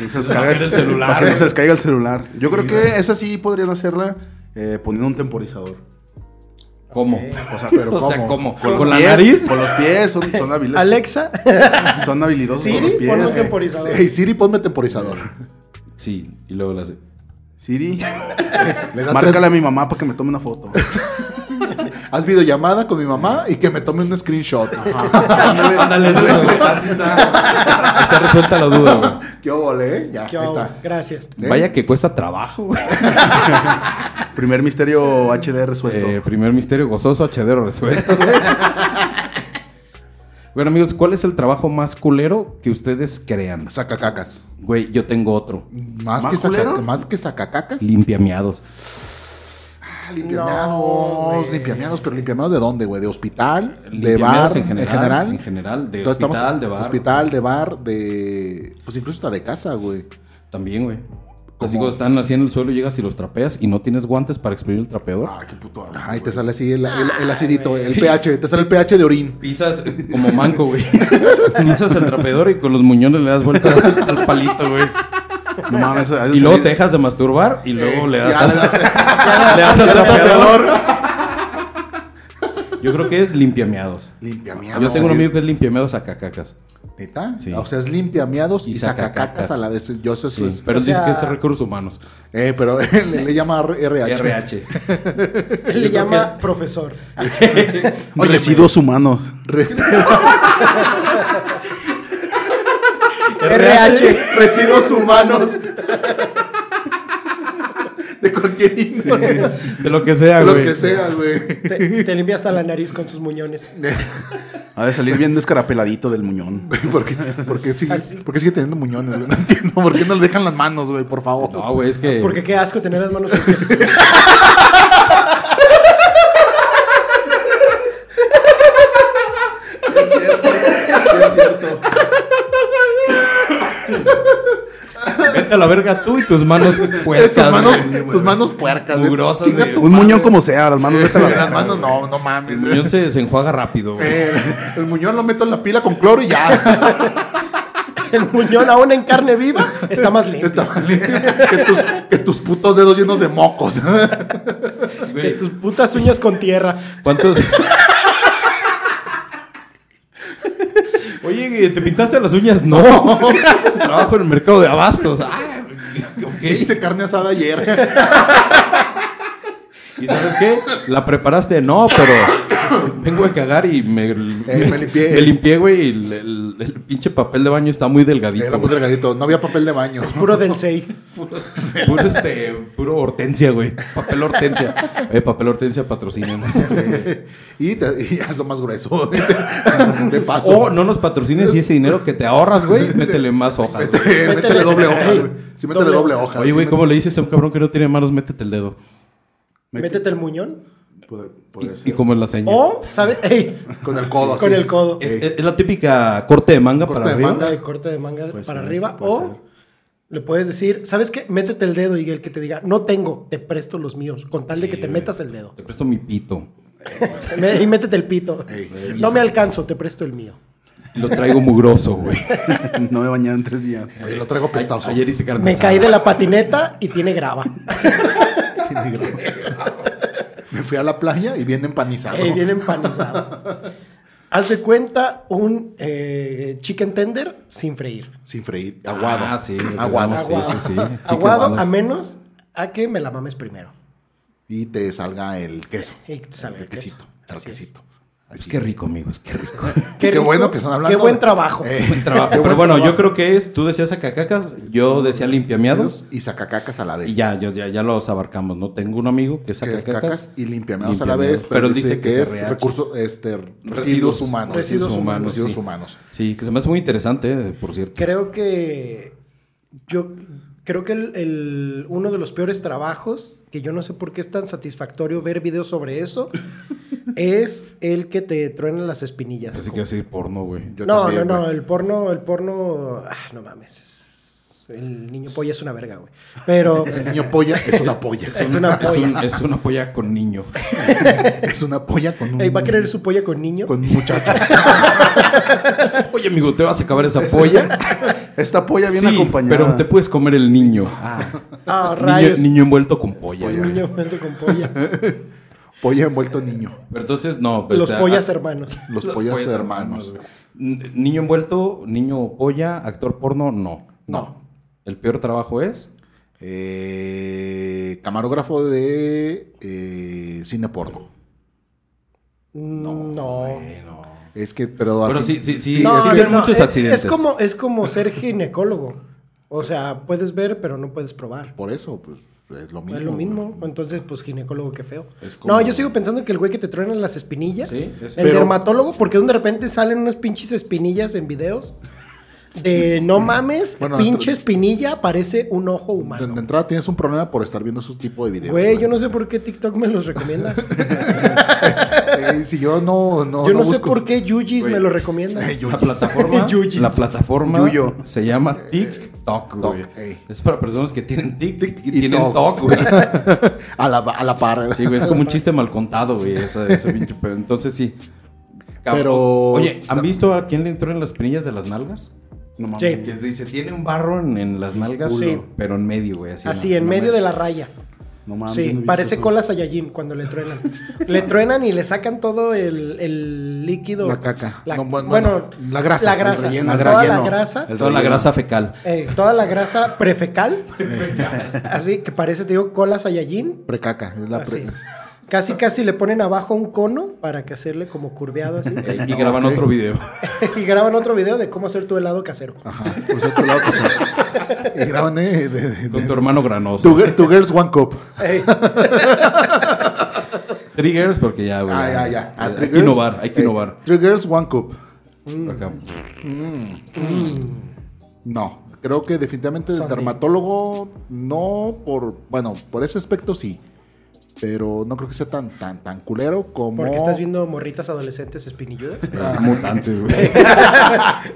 S6: que se les caiga-
S5: el celular,
S6: para que no
S5: güey.
S6: se les caiga el celular. Yo creo que esa sí podrían hacerla eh, poniendo un temporizador.
S5: ¿Cómo?
S6: O sea, pero
S5: O sea,
S6: ¿cómo?
S5: ¿cómo?
S6: los
S5: ¿Con la
S6: pies,
S5: nariz?
S6: Con los pies, son, son hábiles.
S3: Alexa,
S6: Son habilidosos
S3: Siri,
S6: con los pies.
S3: pon un temporizador.
S6: Hey, Siri, ponme temporizador.
S5: Sí, y luego la hace.
S6: Siri,
S4: Le da
S6: márcale
S4: tres-
S6: a mi mamá para que me tome una foto.
S4: Haz videollamada con mi mamá y que me tome un screenshot.
S5: Ándale, eso, güey. Así está. Está resuelta la duda, güey.
S4: Qué ole, eh. Ya,
S3: ¿qué
S4: ahí
S3: hago?
S4: está.
S3: oh, Gracias.
S5: Vaya que cuesta trabajo, güey.
S6: Primer misterio HD resuelto.
S5: Eh, primer misterio gozoso, hachedero resuelto. bueno, amigos, ¿cuál es el trabajo más culero que ustedes crean?
S4: Sacacacas.
S5: Güey, yo tengo otro.
S4: Más,
S6: ¿Más
S4: que saca-
S6: culero?
S4: más que sacacacas.
S5: Limpiamiados.
S4: Ah, limpiameados, limpiameados, pero limpiameados de dónde, güey? ¿De hospital? ¿De
S5: Limpiameados
S4: bar?
S5: en general, en general, de
S4: Entonces,
S5: hospital, de bar.
S4: Hospital, de bar, de. Pues incluso hasta de casa, güey.
S5: También, güey. Así cuando están así en el suelo, llegas y los trapeas y no tienes guantes para exprimir el trapeador.
S6: Ah, qué puto asco,
S4: Ay, te
S6: güey.
S4: sale así el, el, el acidito, el pH, te sale el pH de orín.
S5: Pisas como manco, güey. Pisas el trapeador y con los muñones le das vuelta al palito, güey.
S6: No mames, ha de
S5: Y luego te
S6: salir-
S5: dejas de masturbar y luego le das
S4: Ya
S5: al,
S4: le das-
S5: le das al trapeador. Yo creo que es limpiameados.
S4: Limpiameados.
S5: Yo tengo un amigo que es limpiameados a cacacas.
S4: ¿Neta?
S5: Sí.
S4: O sea, es limpiameados y,
S5: Y
S4: sacacacas
S5: sacacacas.
S4: a la vez. Yo sé eso. es-
S5: Pero
S3: O
S5: dice
S3: sea-
S5: que es recursos humanos.
S4: Eh, pero le, le llama RH.
S5: RH.
S3: Él le
S5: creo
S3: llama profesor.
S6: Residuos humanos.
S3: RH.
S4: Residuos humanos. De cualquier índole.
S5: De lo que sea,
S4: Lo
S5: güey.
S4: que sea, güey.
S3: Te, te limpia hasta la nariz con sus muñones.
S6: Ha de salir bien descarapeladito del muñón.
S4: ¿Por qué, por qué sigue,
S3: Así.
S4: por qué sigue teniendo muñones, güey? No entiendo. ¿Por qué no le dejan las manos, güey? Por favor.
S5: No, güey, es que.
S3: Porque qué asco tener las manos sucias.
S5: Vete a la verga tú y tus manos
S4: Eh,
S5: puertas.
S4: tus manos,
S5: güey.
S4: tus manos puercas. güey.
S5: Mugrosas
S4: Chinga
S5: de-
S4: tu
S6: Un
S4: madre.
S6: muñón como sea, las manos vete a la
S4: Las
S6: verga.
S4: manos no, no mames.
S5: El muñón se desenjuaga rápido, güey.
S4: Eh, el muñón lo meto en la pila con cloro y ya.
S3: El muñón aún en carne viva está más limpio.
S4: Está mal. que, tus, que tus putos dedos llenos de mocos.
S3: Que
S5: Güey,
S3: tus putas uñas con tierra.
S5: ¿Cuántos? Oye, ¿te pintaste las uñas? No. Trabajo en el mercado de abastos. Ah, ok.
S4: Hice carne asada ayer.
S5: ¿Y sabes qué? La preparaste, no, pero vengo a cagar y me,
S4: Eh, me limpié.
S5: me limpié, güey. y el, el- el pinche papel de baño está muy delgadito.
S4: Era muy
S5: güey.
S4: delgadito. No había papel de baño.
S3: Puro Densei.
S5: Puro, este, puro hortensia, güey. Papel hortensia. Eh, papel hortensia patrocínenos.
S4: Y, te- y hazlo más grueso. De paso.
S5: O Oh, no nos patrocines y ese dinero que te ahorras, güey, métele más hojas. güey.
S4: Eh, métele doble hoja,
S3: Ey,
S4: güey. Sí, métele
S3: doble
S4: doble
S3: hoja.
S4: hoja.
S5: Oye,
S4: Sí,
S5: güey,
S4: mete-
S5: ¿cómo le dices a un cabrón que no tiene manos? Métete el dedo.
S3: Métete el muñón.
S6: Podría- podría
S5: ¿Y,
S6: ser.
S5: y cómo es la seña?
S3: O, ¿sabes? Ey,
S4: Con el codo así.
S3: con el codo.
S5: Es, es- es la típica corte de manga
S4: Corte
S5: para
S4: de
S5: arriba.
S4: manga.
S3: Manga de corte de manga para
S6: ser,
S3: arriba.
S6: puede
S3: O
S6: ser.
S3: le puedes decir, ¿sabes qué? Métete el dedo y el que te diga, no tengo, te presto los míos. Con tal de que te metas el dedo.
S5: Te presto mi pito.
S3: Me- y métete el pito. no me alcanzo, te presto el mío.
S5: Y lo traigo mugroso, güey.
S6: No me he bañado en tres días.
S4: Oye, lo traigo pestoso.
S5: Ayer hice carne
S3: Me
S5: asada.
S3: caí de la patineta y tiene grava.
S4: Me fui a la playa y viene empanizado.
S3: Eh, bien empanizado. Haz de cuenta un eh, chicken tender sin freír.
S4: Sin freír. Aguado.
S5: Ah, sí, lo que
S4: Aguado.
S5: usamos,
S4: Aguado.
S5: Sí, sí, sí. Chicken
S3: Aguado
S5: aguado.
S3: a menos a que me la mames primero.
S4: Y te salga el queso.
S3: Y te salga
S4: el
S3: el queso.
S4: quesito. El
S3: Así es.
S4: quesito.
S5: Pues qué rico, amigos, qué rico.
S4: Y Qué,
S3: rico,
S4: bueno que están hablando.
S3: Qué buen trabajo.
S4: Eh,
S5: Buen trabajo. Pero bueno, yo creo que es, tú decías sacacacas, yo decía limpiameados
S4: y sacacacas a la vez.
S5: y ya, yo, ya, ya los abarcamos, ¿no? Tengo un amigo que
S4: Que
S5: saca
S4: es cacas y limpiameados
S5: limpiameados.
S4: a la vez.
S5: Pero él dice que, es
S4: es recursos, este, residuos
S5: Residuos.
S4: humanos.
S5: Residuos humanos,
S4: Residuos
S5: sí.
S4: humanos.
S5: Sí, que se me hace muy interesante, eh, por cierto.
S3: Creo que. Yo creo que el- el- uno de los peores trabajos, que yo no sé por qué es tan satisfactorio ver videos sobre eso, es el que te truenan las espinillas.
S5: Así que decir porno, güey.
S4: Yo
S3: no,
S4: también,
S3: no, no,
S4: güey.
S3: el porno, el porno, ah, no mames. es- El niño polla es una verga, güey. Pero
S4: El niño polla es una polla.
S3: es una
S5: Es,
S3: polla.
S5: un- es una polla con niño.
S4: Es una polla con un,
S3: Ey, ¿Va a querer su polla con niño?
S4: con un muchacho.
S5: Oye, amigo, ¿te vas a acabar esa polla?
S6: Esta polla bien
S5: sí,
S6: acompañada.
S5: pero te puedes comer el niño.
S3: Ah,
S5: niño,
S3: rayos.
S5: niño envuelto con polla.
S3: Un niño envuelto con polla.
S4: Polla envuelto niño.
S5: Pero entonces, no. pues,
S3: Los
S5: ah,
S3: pollas hermanos.
S4: Los, pollas, hermanos.
S5: N- Niño envuelto, niño polla, actor porno, no.
S4: No.
S5: El peor trabajo es.
S4: Eh, camarógrafo de eh, cine porno.
S3: No.
S4: Es que, pero. al
S5: Bueno,
S4: fin-
S5: sí, sí, sí.
S3: No,
S5: sí
S3: no,
S5: tienen
S3: no,
S5: muchos
S3: es-
S5: accidentes.
S3: Es como, es como ser ginecólogo. O sea, puedes ver, pero no puedes probar.
S4: Por eso, pues es lo mismo.
S3: es lo mismo. Entonces, pues ginecólogo, qué feo.
S5: Es como-
S3: No, yo sigo pensando que el güey que te truenan las espinillas.
S5: Sí, es-
S3: el
S4: pero-
S3: dermatólogo, porque de repente salen unas pinches espinillas en videos. De no mames,
S4: Bueno,
S3: pinche
S4: entre-
S3: espinilla parece un ojo
S4: De,
S3: humano.
S4: de entrada tienes un problema por estar viendo esos tipos de videos.
S3: Güey, yo no sé por qué TikTok me los recomienda.
S4: Eh, si yo no. no
S3: yo no,
S4: no
S3: sé
S4: busco-
S3: por qué Yujis me
S5: Güey.
S3: lo recomienda.
S5: La plataforma,
S3: Yuyis.
S5: la plataforma
S6: Yuyo.
S5: se llama
S3: Eh,
S5: TikTok, güey.
S4: Tok, ey.
S5: Es para personas que tienen Tik
S4: Tik
S5: y
S4: y
S5: tienen
S4: Tok.
S5: Tok, güey.
S4: A la, a la par.
S5: Sí, güey, es como un chiste mal contado, güey. esa- esa pinche- pero entonces sí. Cab-
S4: Pero-
S5: Oye, ¿han visto a quién le entró en las pinillas de las nalgas?
S6: No mames.
S3: Sí,
S5: Que dice, tiene un barro en, en las nalgas,
S3: Sí.
S5: pero en medio, güey. Así,
S3: así,
S5: no-
S3: en
S5: no
S3: medio
S5: me-
S3: de la raya.
S6: No mames, Ah, yo
S3: Sí,
S6: no he visto
S3: parece
S6: eso.
S3: cola Saiyajin cuando le truenan. le truenan y le sacan todo el, el líquido.
S4: La caca.
S3: La-
S4: No, bueno,
S3: bueno,
S4: no, la grasa,
S3: La
S4: el
S3: grasa.
S4: relleno,
S3: toda
S4: el relleno.
S3: la grasa.
S5: Toda la grasa fecal.
S3: eh, toda la grasa prefecal. así que parece, te digo, cola Saiyajin.
S4: Precaca. Es la pre-
S3: Así. Casi, casi le ponen abajo un cono para que hacerle como curveado así.
S5: eh, Y graban otro video.
S3: y graban otro video de cómo hacer tu helado casero.
S4: Ajá. Pues otro lado que sea. Y graban, eh, de- de-
S5: Con
S4: de-
S5: tu hermano granoso.
S4: Two, Girl- Two Girls, One Cup.
S3: Ey,
S5: Triggers, porque ya, güey.
S4: Ah, ya, ya. Ah,
S5: Hay
S4: Three
S5: que
S4: Girls-
S5: innovar, hay que
S4: eh,
S5: innovar.
S4: Three Girls, One Cup.
S5: Acá.
S4: No, creo que definitivamente el
S3: Zombie.
S4: dermatólogo no por, bueno, por ese aspecto sí, pero no creo que sea tan tan tan culero como
S3: porque estás viendo morritas adolescentes espinilludas.
S5: Eh, Mutantes, güey.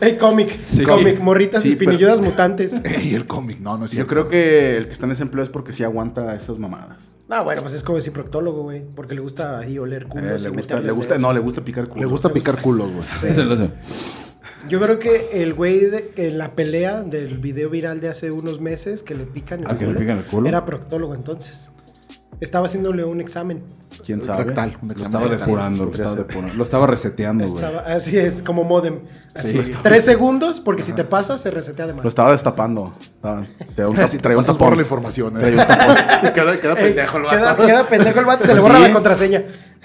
S3: Ey, cómic.
S5: Sí.
S3: Cómic, morritas
S6: Sí, pero-
S3: espinilludas mutantes.
S4: y el cómic, no, no es
S6: Yo
S4: cierto.
S6: creo que el que está en ese empleo es porque sí aguanta esas mamadas.
S4: Uh,
S3: Ah, bueno, pues es como decir proctólogo, güey. Porque le gusta ahí oler
S6: Eh,
S3: culos. y
S6: le gusta,
S3: meterle
S6: le gusta,
S3: dedos.
S6: no, le gusta picar culo.
S4: le gusta picar culos, güey.
S5: Se lo hace.
S3: Yo creo que el güey de- que en la pelea del video viral de hace unos meses que le pican el,
S5: Ah, que le pican el culo.
S3: Era proctólogo entonces. Estaba haciéndole un examen.
S6: ¿Quién sabe?
S4: Rectal, un
S5: Lo
S4: examen
S5: estaba
S4: rectal.
S5: depurando, lo
S6: podría
S5: estaba
S6: ser.
S5: depurando. Lo estaba reseteando, güey.
S3: Estaba- así es, como modem. Así,
S5: Sí, estaba-
S3: Tres segundos, porque si te pasas, se resetea de más.
S6: Lo estaba destapando. Estaba- Traía un,
S4: Si
S6: tap-
S4: te
S6: traía un
S4: pasas por la
S6: tapón.
S4: información. eh.
S6: Traía un tapón.
S4: queda, queda
S3: Ey,
S4: pendejo el
S3: queda,
S4: vato.
S3: queda pendejo el vato, se le
S5: Pues
S3: borra
S5: sí.
S3: la contraseña.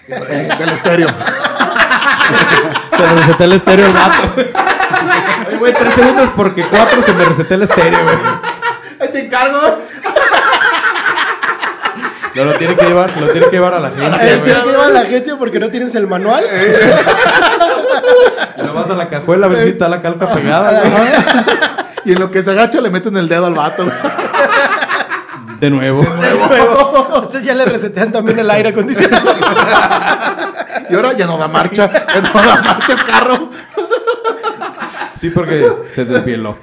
S4: Eh, del estéreo.
S5: Se le reseté el estéreo al vato. Ay, güey, tres segundos porque cuatro se me reseté el estéreo, güey.
S4: Ahí te encargo.
S5: No, lo tiene que llevar, lo tiene que llevar a la agencia,
S3: Eh, Se
S5: güey.
S3: lo lleva a la agencia porque no tienes el manual.
S5: Lo vas a la cajuela a ver si está la calca pegada, güey.
S4: Y en lo que se agacha le meten el dedo al vato. güey.
S5: De nuevo.
S3: Entonces ya le resetean también el aire acondicionado.
S4: Y ahora ya no da marcha, ya no da marcha el carro.
S5: Sí, porque se desvieló.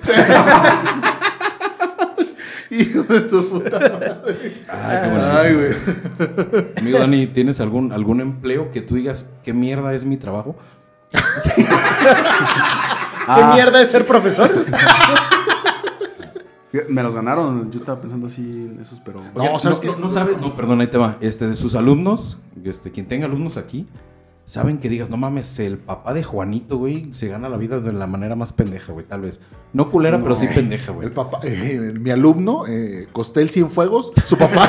S4: Hijo de su puta.
S5: Ay, qué bueno.
S4: Ay, güey.
S5: Amigo Dani, ¿tienes algún, algún empleo que tú digas qué mierda es mi trabajo? Ah.
S3: ¿Qué mierda es ser profesor?
S6: Fíjate, Me los ganaron. Yo estaba pensando así en esos, pero.
S5: Oye,
S4: No, ¿sabes
S5: no,
S4: qué?
S5: no sabes, no, perdón, ahí te va. Este, de sus alumnos, este, quien tenga alumnos aquí, saben que digas, no mames, el papá de Juanito, güey, se gana la vida de la manera más pendeja, güey, tal vez. No culera, pero sí pendeja, güey.
S4: El papá, eh, mi alumno, eh, Costel Cienfuegos, su papá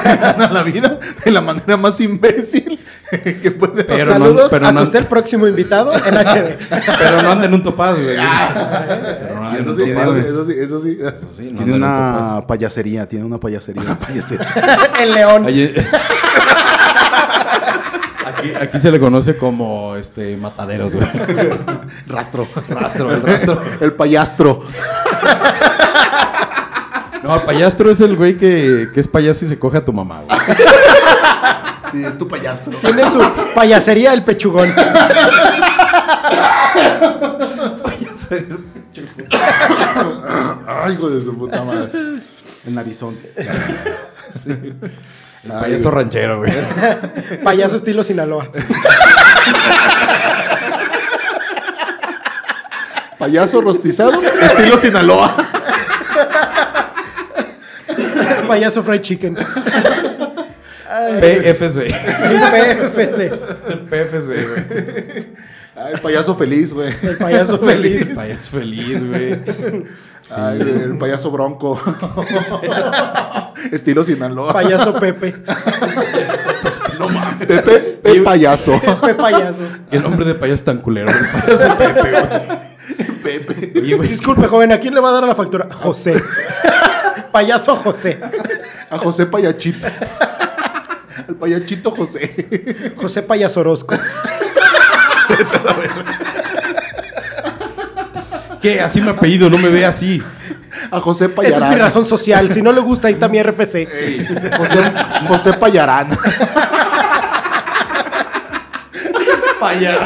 S4: se gana la vida de la manera más imbécil que puede
S5: Pero no-
S3: Saludos
S5: pero
S3: a
S5: no-
S3: usted, el próximo invitado en HD.
S5: Pero no anden un topaz, güey. Pero
S4: hacer.
S5: no anden
S4: Ah. Eso
S5: un
S4: sí, eso sí,
S5: topaz, güey.
S4: eso sí, eso sí.
S5: Eso sí, no anden
S6: Tiene
S5: un
S6: una
S5: topaz.
S6: payasería, tiene una payasería.
S3: El león.
S5: Oye, Aquí, aquí se le conoce como este mataderos, güey.
S4: Rastro.
S5: Rastro, el rastro.
S4: El payastro.
S5: No, payastro es el güey que, que es payaso y se coge a tu mamá, güey.
S4: Sí, es tu payastro.
S3: Tiene su payasería el pechugón.
S5: Sería-
S6: Ay, hijo de su puta madre. En horizonte.
S5: sí. El payaso ranchero, güey.
S3: Payaso estilo Sinaloa.
S6: Payaso rostizado, estilo Sinaloa.
S3: Payaso fried chicken.
S5: PFC.
S3: PFC.
S5: PFC, güey.
S4: Ah,
S6: Ay, payaso feliz, güey.
S3: El payaso feliz.
S5: Payas feliz, güey.
S6: Ay, el payaso bronco. estilo Sinaloa.
S3: Payaso Pepe.
S6: Pepe, Pepe payaso.
S3: Pepe payaso.
S5: Qué nombre de payaso tan culero. El payaso Pepe, güey. Pepe. Oye, güey,
S3: Disculpe, joven, ¿a quién le va a dar la factura? José. payaso José.
S6: A José Payachito. Al payachito José.
S3: José Payaso Orozco.
S5: ¿qué? Así me apellido, no me ve así.
S6: A José
S3: Esa es mi
S6: Payarán.
S3: razón social. Si no le gusta, ahí está mi RFC.
S6: José, José Payarán.
S5: Payas.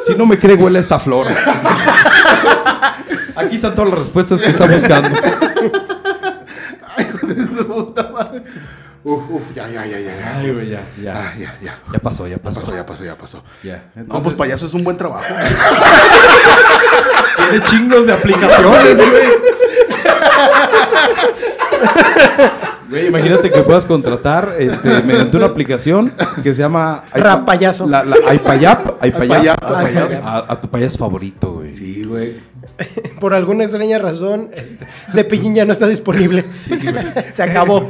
S5: Si no me cree, huele a esta flor. Aquí están todas las respuestas que está buscando.
S6: Su puta madre. Uf, uf, ya, ya, ya, ya. ya.
S5: Ay, güey, ya, ya.
S6: Ah, ya, ya.
S5: Ya pasó, ya pasó.
S6: Pasó, ya pasó, ya pasó.
S5: Ya.
S6: no, pues payaso es un buen trabajo.
S5: Tiene chingos de aplicaciones, güey. Güey, imagínate que puedas contratar este, mediante una aplicación que se llama
S3: Rap payaso.
S5: La, la, iPayap,
S6: Payap,
S5: iPayap,
S6: Payap.
S5: a, a tu payas favorito, güey.
S6: Sí, güey.
S3: Por alguna extraña razón, este, Cepillín ya no está disponible. Se acabó.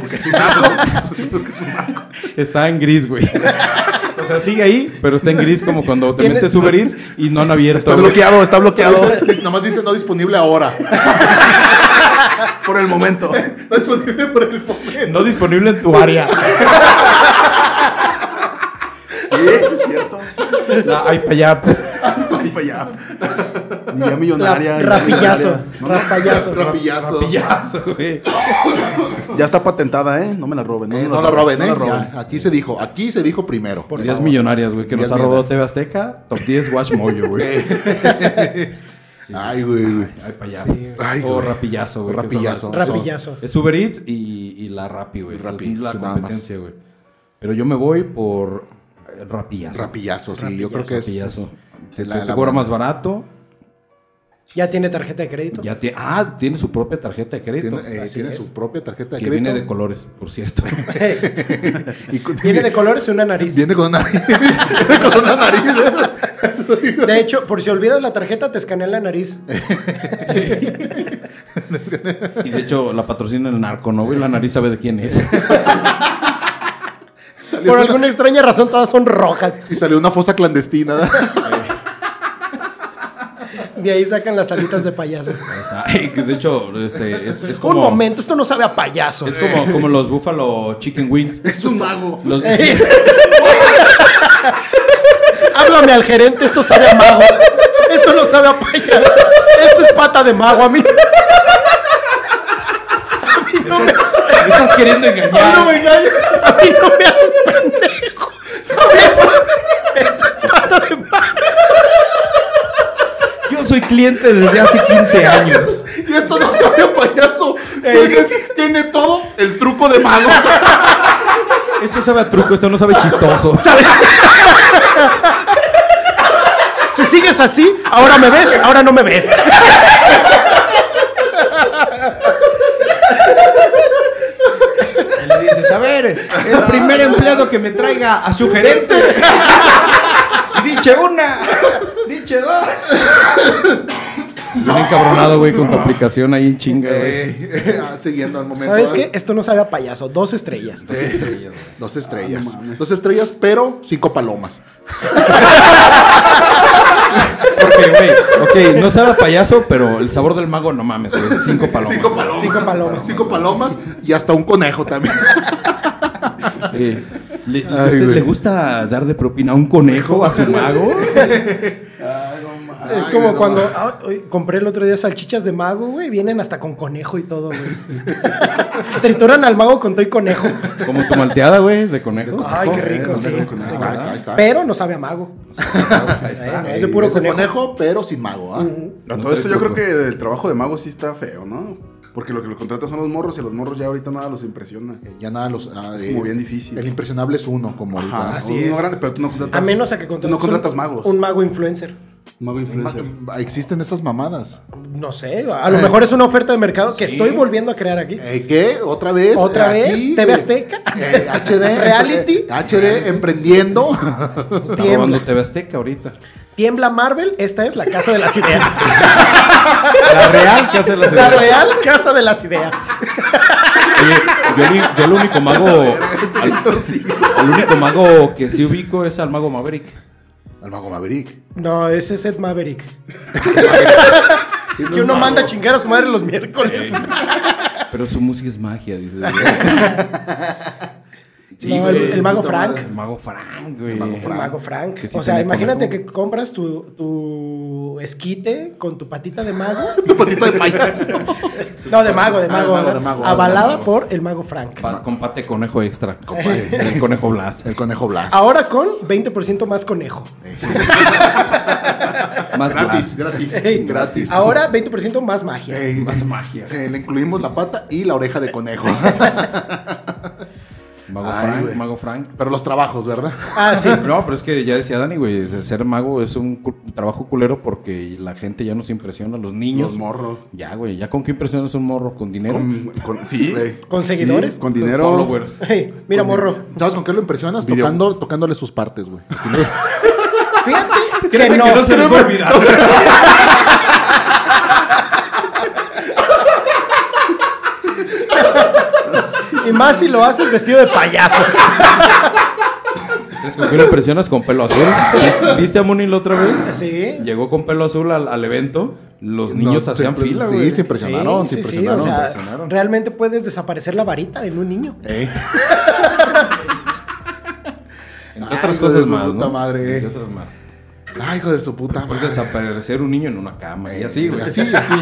S5: Está en gris, güey. O sea, sigue ahí, pero está en gris como cuando te
S3: Tiene-
S5: metes Uber Eats y no han abierto.
S6: Está
S5: güey.
S6: bloqueado, está bloqueado. Nada más dice no disponible ahora. por el momento. No disponible por el momento.
S5: No disponible en tu área.
S6: Sí, sí es cierto.
S5: La iPayap.
S6: Ay, pa' allá. Ni ya
S3: La-
S6: millonaria. ni ya
S3: rapillazo.
S6: millonaria.
S3: Rapayazo.
S6: Rapillazo.
S5: Pillazo, güey.
S6: Ya está patentada, ¿eh? No me la roben. No,
S4: Eh,
S6: me
S4: no la roben,
S6: no
S4: ¿eh?
S6: la roben.
S4: Ya, aquí se dijo, aquí se dijo primero.
S5: Ideas millonarias, güey, que nos
S4: Ideas
S5: ha robado
S4: millonarias.
S5: TV Azteca. Top 10 Watch Mojo, güey.
S4: Ay, güey. güey.
S5: Ay, pa' allá.
S4: Ay,
S5: o
S4: güey.
S5: rapillazo, güey. que son
S4: Rapillazo.
S5: las- son-
S3: Rapillazo.
S5: Es Uber Eats y, y la Rappi, güey. Esa
S4: Rappi,
S5: es la
S4: sí, nada
S5: competencia, güey. Pero yo me voy por eh, rapillazo.
S4: Rapillazo, sí, yo creo que es.
S5: Rapillazo.
S4: es-
S5: Te,
S4: la-
S5: te
S4: la-
S5: cobra más barato.
S3: Ya tiene tarjeta de crédito.
S5: Ya te, ah, tiene su propia tarjeta de crédito.
S4: Tiene, eh,
S3: Así
S4: tiene
S3: es.
S4: su propia tarjeta de
S5: que viene de
S4: crédito.
S5: colores, por cierto.
S6: Y con-
S3: Tiene de colores y una nariz.
S4: Viene con una, viene con una nariz. ¿eh?
S3: De hecho, por si olvidas la tarjeta, te escanean la nariz.
S5: y de hecho, la patrocina el narco, ¿no, güey? La nariz sabe de quién es.
S3: Por alguna extraña razón, todas son rojas.
S6: Y salió una fosa clandestina.
S3: De ahí sacan las alitas de payaso.
S5: Ahí está. Y que de hecho, este, es, es
S3: Un
S5: como.
S3: momento, esto no sabe a payaso.
S5: Es como, como los Buffalo Chicken Wings.
S6: Es un mago.
S5: Los-
S3: Háblame al gerente, esto sabe a mago. Esto no sabe a payaso. Esto es pata de mago. A mí,
S5: me estás queriendo engañar.
S3: a mí no me haces pendejo. Sabe a mago. Esto es pata de mago.
S5: Yo soy cliente desde hace 15 años.
S6: y esto no sabe a payaso. Tiene, tiene todo el truco de mago.
S5: Esto Este sabe a truco, esto no sabe chistoso.
S3: Si sigues así, ahora me ves, ahora no me ves.
S5: Y le dices, a ver, el primer empleado que me traiga a su gerente. Y diche una, diche dos. Bien encabronado, güey, con tu aplicación ahí en chinga, güey.
S6: Eh, ah, siguiendo al momento.
S3: ¿Sabes
S6: ah,
S3: qué? Esto no sabe a payaso. Dos estrellas.
S5: Dos estrellas, güey.
S4: Dos estrellas. Dos estrellas, pero cinco palomas.
S5: Porque, güey, ok, no sabe a payaso, pero el sabor del mago no mames, güey. Cinco palomas.
S6: Cinco palomas.
S3: Cinco palomas.
S6: Cinco palomas y hasta un conejo también.
S5: Eh, ¿le,
S6: Ay,
S5: ¿Usted
S6: güey.
S5: le gusta dar de propina a un conejo, a su mago?
S6: Ay, no mames.
S3: Es como cuando ah, hoy compré el otro día salchichas de mago, güey. Vienen hasta con conejo y todo, güey. Trituran al mago con todo y conejo.
S5: Como tu malteada, güey, de conejo.
S3: Ay, qué rico, sí.
S4: Ahí está, ahí está, ahí está.
S3: pero no sabe a mago.
S5: Ahí está.
S3: Eh, Es de puro
S4: Ese
S3: conejo.
S4: pero sin mago, ¿ah?
S5: No
S6: A
S5: trae
S6: todo esto yo creo
S5: truco.
S6: que el trabajo de mago sí está feo, ¿no? Porque lo que lo contratan son los morros y los morros ya ahorita nada los impresiona.
S4: Eh, Ya nada los. ah,
S6: Es
S4: eh,
S6: como bien difícil.
S4: El impresionable es uno, como
S6: Ajá,
S4: ahorita.
S3: así
S6: uno
S3: es.
S6: grande, pero tú no
S3: A
S6: contratas.
S3: menos a que
S6: tú
S3: contrates.
S6: no contratas
S3: un-
S6: magos.
S3: Un mago influencer.
S6: mago influencer.
S4: Ma- Existen esas mamadas.
S3: No sé, a lo mejor es una oferta de mercado que estoy volviendo a crear aquí.
S4: Eh, ¿Qué? ¿Otra vez?
S3: ¿Otra
S4: Eh,
S3: vez?
S4: aquí,
S3: ¿TV
S4: eh,
S3: Azteca?
S4: eh, HD.
S3: ¿Reality?
S4: HD emprendiendo.
S5: Está
S3: Tiembla.
S5: robando TV Azteca ahorita.
S3: Tiembla Marvel, esta es la casa de las ideas.
S5: La real que hace la
S3: la
S5: señora.
S3: real casa de las ideas.
S5: Oye, yo, el uni- yo el único mago. El único mago que sí ubico es al mago Maverick.
S4: El mago Maverick.
S3: No, ese es Ed Maverick. que uno manda a chingar a su madre los miércoles.
S5: Pero su música es magia, dice. güey.
S3: No,
S5: güey,
S3: el- el mago
S5: puta
S3: Frank.
S5: madre, El mago Frank, güey.
S3: El mago Frank.
S5: Que sí
S3: o sea,
S5: tiene
S3: imagínate
S5: conejo.
S3: que compras tu, tu esquite con tu patita de mago.
S4: Tu patito de payaso.
S3: No, de mago, de
S4: Ah, de
S3: mago.
S4: mago, de
S3: ¿verdad?
S4: mago,
S3: avalada
S4: de mago.
S3: por el mago Frank.
S5: Pa- con pate conejo extra. El conejo Blas.
S4: El conejo Blas.
S3: Ahora con 20% más conejo.
S5: Más
S4: Gratis,
S5: Blas.
S4: gratis.
S3: Ey,
S4: gratis.
S3: Ahora 20% más magia.
S4: Ey,
S5: Más magia.
S4: eh, le incluimos la pata y la oreja de conejo.
S5: Mago
S4: Ay,
S5: Frank,
S4: güey.
S5: mago Frank.
S4: Pero los trabajos, ¿verdad?
S3: Ah, sí.
S5: No, pero es que ya decía Dani, güey, el ser mago es un cu- trabajo culero porque la gente ya nos impresiona, los niños.
S6: Los morros.
S5: Ya, güey, ya con qué impresionas un morro, con dinero.
S6: Con, con- sí.
S4: Güey.
S3: ¿Con seguidores?
S6: Sí, Con
S5: Con
S6: dinero.
S5: Followers.
S3: Ey, mira, morro.
S4: ¿Sabes con qué lo impresionas?
S6: Video.
S4: Tocando, tocándole sus partes, güey. Así le-
S3: Fíjate que
S5: Créeme
S3: no.
S5: que no se les va a olvidar.
S3: Y más si lo haces vestido de payaso.
S5: ¿Sabes con qué lo impresionas? Con pelo azul. ¿Viste- ¿Viste a Moni la otra vez?
S3: Sí.
S5: Llegó con pelo azul al, al evento, los niños
S4: No,
S5: hacían
S4: se-
S5: fila,
S4: sí,
S5: güey.
S4: se impresionaron, se
S3: sí, sí,
S4: impresionaron.
S3: o sea,
S4: impresionaron. Eh,
S3: realmente puedes desaparecer la varita en un niño.
S5: Entre otras
S4: Ay,
S5: cosas
S4: hijo de su
S5: más,
S4: puta
S5: ¿no?
S4: madre.
S5: Entre otras más.
S4: Ay, hijo de su puta
S5: Puedes
S4: madre.
S5: desaparecer un niño en una cama y así, güey.
S4: Así, así.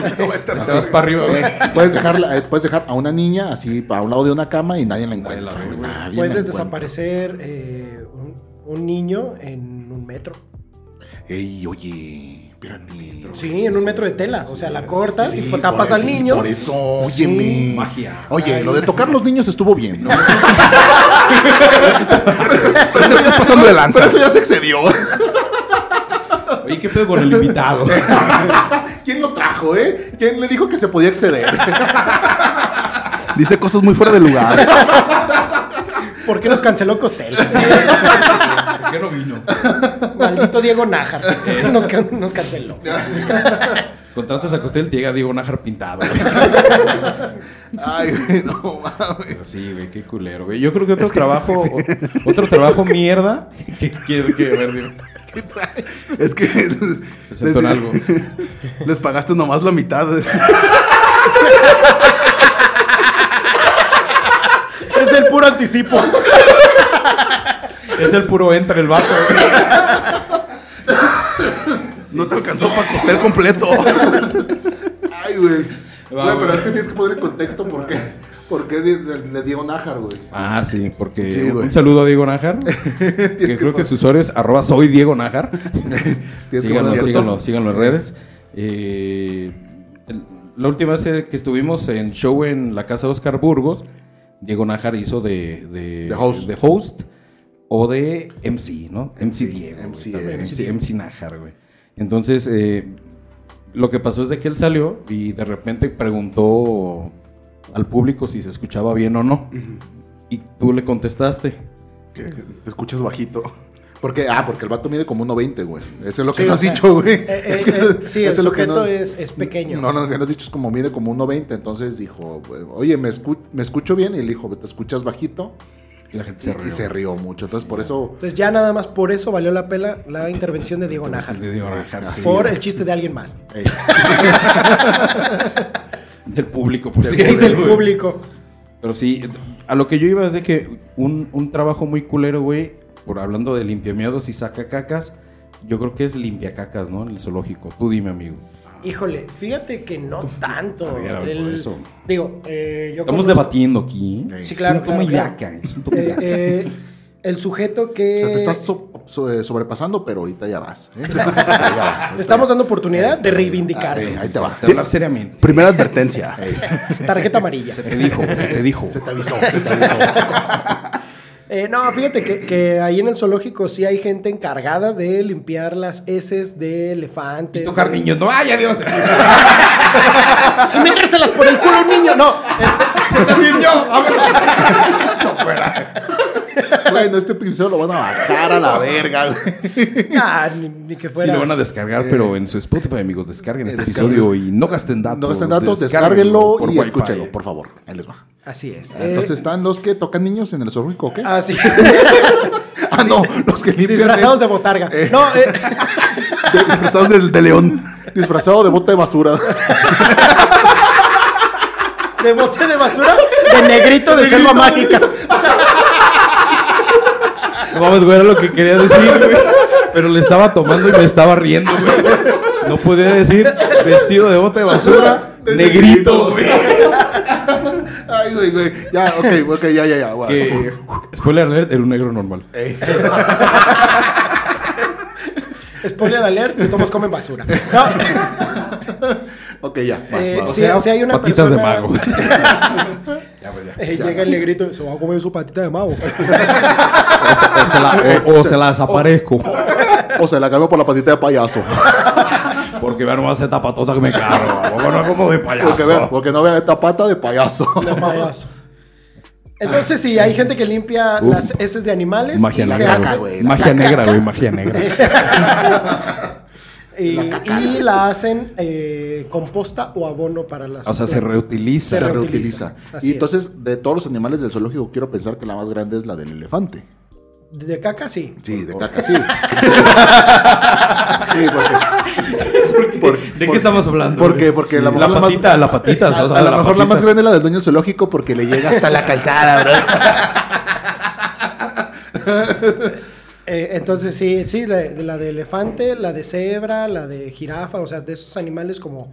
S5: Te vas para arriba, güey.
S4: Eh, puedes, dejarla, eh, puedes dejar a una niña así a un lado de una cama y nadie la encuentra.
S5: la ve,
S4: güey.
S5: güey.
S4: Nadie la
S3: Puedes
S4: encuentra.
S3: desaparecer eh, un, un niño en un metro.
S4: Ey, oye, espérame.
S3: Sí, en un metro de tela. O sea, la cortas y pues, tapas
S4: por
S3: al
S4: eso,
S3: niño.
S4: Por eso, óyeme.
S5: magia.
S4: Oye, lo de tocar los niños estuvo bien. ¿no?
S6: Pero eso está pasando de lanza.
S4: Pero eso ya se excedió.
S5: Oye, ¿qué pedo con el invitado?
S4: ¿Quién lo trajo, eh? ¿Quién le dijo que se podía exceder?
S6: Dice cosas muy fuera de lugar.
S3: ¿Por qué nos canceló Costel?
S5: ¿Por qué no vino?
S3: Maldito Diego Nájar.
S4: Eh.
S3: Nos, can- nos canceló.
S5: Contratas a Costel y te llega Diego Nájar pintado, güey.
S4: Ay, güey, no mames.
S5: Pero Sí, güey, qué culero, güey. Yo creo que otro trabajo, o- otro trabajo mierda. que quiero que ver, dime.
S6: es que.
S5: Se sentó en algo.
S6: Les pagaste nomás la mitad.
S3: Es del puro anticipo.
S5: Es el puro entra el vato, güey.
S6: No te alcanzó para costar completo.
S4: Ay, güey.
S5: Va,
S4: Güey, pero
S5: güey.
S4: es que tienes que poner en contexto por qué, por qué le, le- le dio Nájar, güey.
S5: Ah, sí, porque
S4: Sí, güey.
S5: un saludo a Diego Nájar. que creo que su usuario es arroba soy Diego Nájar.
S4: que
S5: síganlo,
S4: conocer-
S5: síganlo, síganlo en redes. Eh, el- la última vez que estuvimos en show en la casa de Oscar Burgos, Diego Nájar hizo de, de,
S4: De host.
S5: de host o de MC, ¿no? MC Diego. güey,
S4: MC,
S5: también,
S4: eh,
S5: MC, MC Nájar, güey. Entonces, eh, lo que pasó es de que él salió y de repente preguntó al público si se escuchaba bien o no. Y tú le contestaste.
S6: Que te escuchas bajito.
S4: Porque, ah, porque el vato mide como 1.20, güey. Eso es lo que
S3: Sí,
S4: nos
S3: o
S4: has
S3: sea,
S4: dicho, güey.
S3: eh, eh,
S4: Es que-
S3: eh, sí, el
S4: eso es lo que
S3: sujeto
S4: no-
S3: es, es pequeño.
S4: No, no, lo que nos has dicho es como mide como 1.20. Entonces dijo, güey, oye, me, escu- me escucho bien. Y él dijo, ¿te escuchas bajito?
S5: Y la gente se rió.
S4: Y se rió mucho. Entonces por eso.
S3: Entonces ya nada más por eso valió la pela la intervención de Diego Nájar.
S5: De Diego Nájar, sí.
S3: Ah, Por el chiste de alguien más.
S4: eh,
S5: Del público, por
S4: Del
S5: cierto,
S3: del
S5: güey.
S3: público.
S5: Pero sí, a lo que yo iba es de que un, un trabajo muy culero, güey, por hablando de limpiamiedos y saca cacas, Yo creo que es limpiacacas, ¿no? El zoológico. Tú dime, amigo.
S3: Híjole, fíjate que no tanto.
S5: a ver, a ver,
S3: El-
S5: por eso.
S3: Digo, eh, yo
S5: Estamos
S3: conozco-
S5: debatiendo aquí.
S3: Sí, claro,
S5: Es un toma
S3: claro,
S5: y
S3: claro.
S5: daca, Es un toma y
S3: Eh,
S5: daca.
S3: eh, el sujeto que.
S4: O sea, te estás so- so- eh, sobrepasando, pero ahorita ya vas. ¿eh?
S3: Te estamos dando oportunidad de reivindicar.
S4: Eh, ahí te va.
S5: De hablar seriamente.
S6: Primera advertencia.
S3: Tarjeta amarilla.
S5: Se te dijo, se te dijo.
S4: Se te avisó, se te avisó.
S3: Eh, no, fíjate que, que ahí en el zoológico sí hay gente encargada de limpiar las heces de elefantes.
S5: Y tocar niños. No, ay, adiós.
S3: Y metérselas por el culo al niño. No,
S5: se te rindió.
S4: Bueno, este episodio lo van a bajar a la verga, güey.
S3: Ah, ni, ni que
S5: Sí,
S3: fuera.
S5: lo van a descargar, pero en su Spotify, amigos, descarguen este
S4: Descarguen.
S5: episodio y no gasten datos.
S4: No gasten datos, descárguenlo y escúchenlo,
S5: Por...
S4: por favor. Ahí les va.
S3: Así es.
S5: Ah,
S3: Eh, Ah,
S4: Entonces están los que tocan niños en el zoológico, ¿o ¿qué?
S3: Así.
S4: Ah, no, los que limpian.
S3: Disfrazados
S4: es-
S3: de botarga. No, eh,
S4: de- disfrazados de, de león. Disfrazado de bota de basura.
S3: de bote de basura, de negrito de selva mágica.
S5: No mames, güey, era lo que quería decir, güey. Pero le estaba tomando y me estaba riendo, güey. No podía decir vestido de bote de basura, negrito, güey.
S4: Ay, güey, güey. Ya, ok, ok, ya, ya, ya. bueno.
S5: Que, spoiler alert, era un negro normal.
S3: Spoiler alert, y todos comen basura. No,
S4: Ok, ya. va,
S3: eh,
S4: va.
S3: si, si hay una
S5: patitas
S3: persona-
S5: de mago.
S3: Eh, llega el negrito, se va a comer su patita de mago.
S5: O se, o se la- eh, o- o se las aparezco.
S4: O sea, la cambio por la patita de payaso.
S5: Porque vean nomás esta patota que me cargo. ¿A poco no como de
S4: Porque, vean,
S5: payaso.
S4: porque no vean esta pata de payaso.
S3: Entonces, sí, hay gente que limpia
S5: Ah, Uf.
S3: las heces de animales.
S5: Magia
S3: y se
S5: negra,
S3: hace-
S5: güey.
S3: la
S5: Magia
S3: caca,
S5: negra, güey. Magia negra.
S3: Y eh, y la hacen eh, composta o abono para las.
S5: O sea, se reutiliza.
S4: Se
S3: Se
S4: reutiliza.
S3: reutiliza, así
S4: Y entonces, de todos los animales del zoológico, quiero pensar que la más grande es la del elefante.
S3: De caca, sí.
S4: Sí, de caca, sí. sí, porque,
S5: ¿De qué estamos hablando?
S4: Porque-
S5: güey?
S4: porque
S5: Sí.
S4: la
S5: la,
S4: mujer la más-
S5: patita, la patita. o sea,
S4: a lo mejor la
S5: patita.
S4: más grande es la del dueño del zoológico porque le llega hasta la calzada, ¿verdad?
S3: Eh, entonces, sí, sí, la, de la de elefante, la de cebra, la de jirafa, o sea, de esos animales como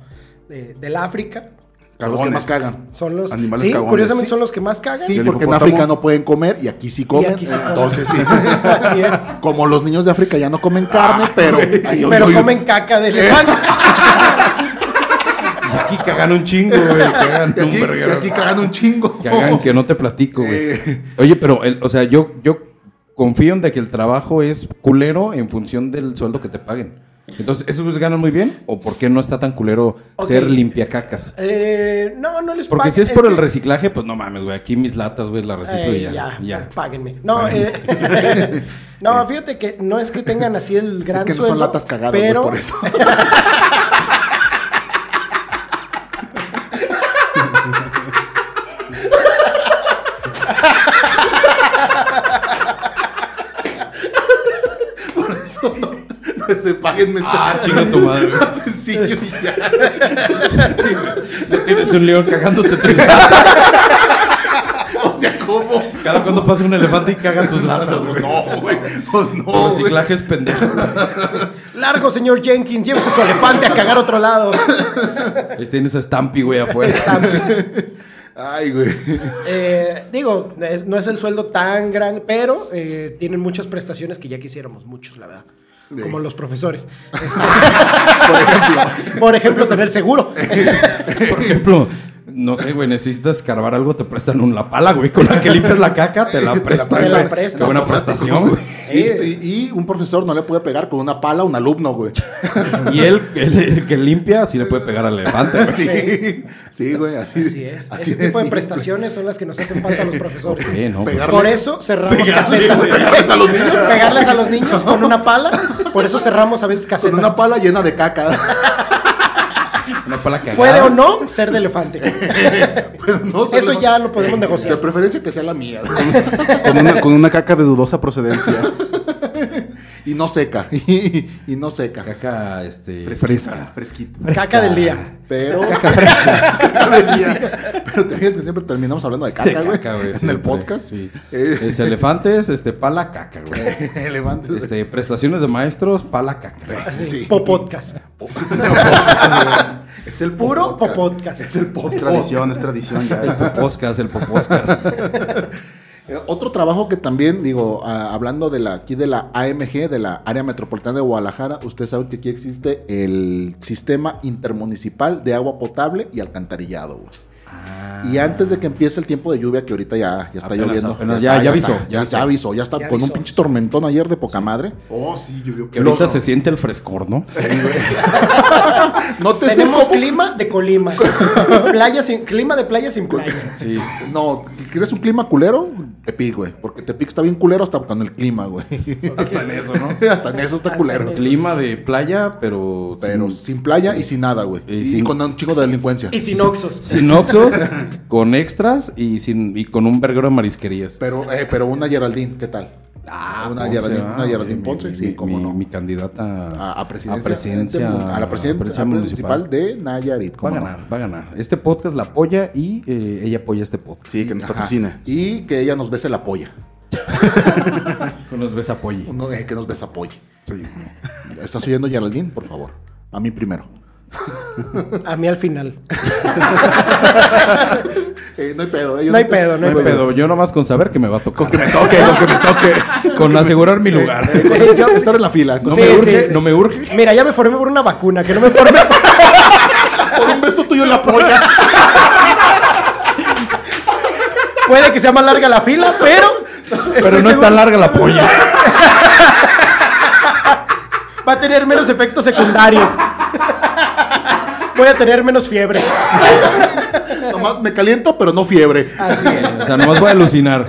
S3: de- del África.
S4: Son los que más
S6: Cagones.
S4: cagan.
S3: Son los.
S6: Animales
S3: sí,
S6: cagones.
S3: curiosamente
S6: Sí.
S3: son los que más cagan.
S4: Sí,
S6: ¿Y el
S4: porque en
S6: hipopótamo?
S4: África no pueden comer y aquí sí comen.
S3: aquí sí comen.
S4: entonces sí.
S3: Así es.
S4: Como los niños de África ya no comen
S3: Ah,
S4: carne, pero, ay, ay,
S3: Pero
S4: ay,
S3: comen caca de elefante.
S5: Y aquí cagan un chingo, güey. Cagan
S4: Y aquí,
S5: un verguero.
S4: y aquí cagan un chingo.
S5: Que hagan que no te platico, güey.
S4: Eh.
S5: Oye, pero, el- o sea, yo, yo confío en de que el trabajo es culero en función del sueldo que te paguen. Entonces, ¿esos güeyes ganan muy bien? ¿O por qué no está tan culero
S3: Ok.
S5: ser limpiacacas?
S3: Eh, no, no les
S5: Porque
S3: paguen,
S5: si es, por el
S3: que-
S5: reciclaje, pues no mames, güey. Aquí mis latas, güey, las reciclo
S3: Eh,
S5: y ya. ya.
S3: Páguenme. No, eh, no, fíjate que no es que tengan así el gran
S4: Es que no son
S3: sueldo,
S4: latas cagadas, güey,
S3: pero
S4: por eso.
S6: Se paguen
S5: Ah, chinga tu madre. güey.
S6: sencillo y ya.
S5: Tienes un león cagándote tus latas.
S6: O sea, ¿cómo?
S5: Cada cuando pasa un elefante y caga tus latas, güey.
S6: No, güey. Pues
S5: Tu
S6: no, güey.
S5: reciclaje es pendejo. güey.
S3: largo, señor Jenkins, llévese su elefante a cagar a otro lado.
S5: Ahí tienes a Stampy, güey, afuera.
S4: Ay, güey.
S3: Eh, digo, es- no es el sueldo tan gran, pero eh, tienen muchas prestaciones que ya quisiéramos muchos, la verdad. Como los profesores. Este,
S4: Por ejemplo.
S3: Por ejemplo, tener seguro.
S5: Por ejemplo, no sé, güey, necesitas escarbar algo, te prestan un la pala, güey, con la que limpias la caca, te la prestan.
S3: Te la
S5: güey.
S3: prestan.
S5: Qué buena prestación, güey.
S4: Y, y- y un profesor no le puede pegar con una pala a un alumno, güey.
S5: Y él, el, el que limpia, sí le puede pegar al elefante. güey.
S4: Sí, sí, güey, así,
S3: Así es.
S4: así
S3: Ese tipo de
S4: sí.
S3: prestaciones son las que nos hacen falta a los profesores.
S5: Sí, no, pues,
S3: Por eso cerramos
S5: Pegarle,
S3: casetas.
S5: güey.
S3: Pegarles a los niños. con una pala. Por eso cerramos a veces
S4: Con
S3: casetas.
S4: una pala llena de caca.
S5: una pala cagada.
S3: Puede o no ser de elefante.
S4: Pero no se
S3: Eso
S4: le-
S3: ya lo podemos
S4: De
S3: negociar.
S4: preferencia que sea la mía. güey.
S6: Con una, con una caca de dudosa procedencia.
S4: Y no seca. Y, y no seca.
S5: Caca, este,
S7: Fresquita,
S5: fresca.
S7: Fresquita.
S3: Caca del día.
S4: Pero. Del día. Pero te fijas que siempre terminamos hablando de
S5: De
S4: caca, güey.
S5: caca, güey,
S4: en el
S5: siempre,
S4: podcast.
S5: Sí.
S4: Eh.
S5: Es elefantes, este, pala caca, güey.
S4: Elevante.
S5: Este, prestaciones de maestros, pala caca.
S4: Sí.
S3: Popodcast.
S4: Es el
S3: Puro
S4: podcast.
S3: popodcast.
S6: Es el post, tradición, es tradición ya.
S5: El
S6: esto.
S5: poposcas, el poposcas.
S4: Eh, Otro trabajo que también, digo, ah, hablando de la, aquí de la AMG, de la área metropolitana de Guadalajara, ustedes saben que aquí existe el sistema intermunicipal de agua potable y alcantarillado. güey. Y antes de que empiece el tiempo de lluvia, que ahorita ya, ya está
S5: Ah. Apenas,
S4: lloviendo.
S5: apenas,
S4: está,
S5: ya- ya avisó,
S4: está,
S5: ya
S4: Ya,
S5: avisó.
S4: ya avisó, ya está
S3: Ya
S4: con un
S3: avisó.
S4: pinche tormentón ayer de poca madre.
S7: Oh, sí, llovió.
S5: Que ahorita
S7: Los-
S5: se siente el frescor, ¿no?
S4: No te sé
S3: Tenemos
S4: cómo-
S3: clima de Colima. playa sin, clima de playa sin playa.
S5: Sí.
S4: No, ¿quieres un clima culero? Tepic, güey. Porque Tepic está bien culero hasta con el clima, güey.
S5: Hasta en eso, ¿no?
S4: hasta en eso está culero.
S5: Clima de playa, pero,
S4: Pero
S5: sin,
S4: sin playa y sin nada, güey.
S5: Y
S4: Y,
S5: sin-
S4: con un chingo de delincuencia.
S3: Y sin oxos.
S5: sin oxos, con extras y sin y con un verguero de marisquerías.
S4: Pero, eh, pero una Geraldine, ¿qué tal? una
S5: Ponce,
S4: Geraldine,
S5: ah,
S4: una Geraldine
S5: mi-
S4: Ponce,
S5: mi-
S4: sí,
S5: mi-
S4: cómo
S5: mi-
S4: no.
S5: Mi candidata
S4: a, a presidencia,
S5: presidencia-
S4: a la presidencia,
S5: presidencia
S4: municipal.
S5: municipal.
S4: de Nayarit.
S5: Va a
S4: cómo no.
S5: ganar, va a ganar. Este podcast la apoya y eh, ella apoya este podcast.
S7: Sí, que nos
S4: Ajá.
S7: patrocine.
S4: Y que ella nos bese la polla.
S5: Que nos ves apoye.
S4: No, eh, que nos besa polla. ¿Estás oyendo Geraldine? Por favor. A mí primero.
S3: A mí al final.
S4: Eh, no hay pedo. ellos
S3: No hay pedo, no hay
S5: No hay pedo, yo nomás con saber que me va a tocar. Con,
S4: toque, lo que me toque.
S5: asegurar mi lugar.
S4: Eh, eh, ya voy a estar en la fila.
S5: No
S4: Con-
S5: me
S3: sí,
S5: urge,
S3: sí.
S5: no me urge.
S3: Mira, ya me formé por una vacuna. Que no me forme.
S4: Por un beso tuyo en la polla.
S3: Puede que sea más larga la fila, pero.
S5: Pero
S3: estoy
S5: no es
S3: seguro
S5: tan larga la polla.
S3: Va a tener menos efectos secundarios. Voy a tener menos fiebre.
S4: Nomás me caliento, pero no fiebre.
S5: O sea, nomás voy a alucinar.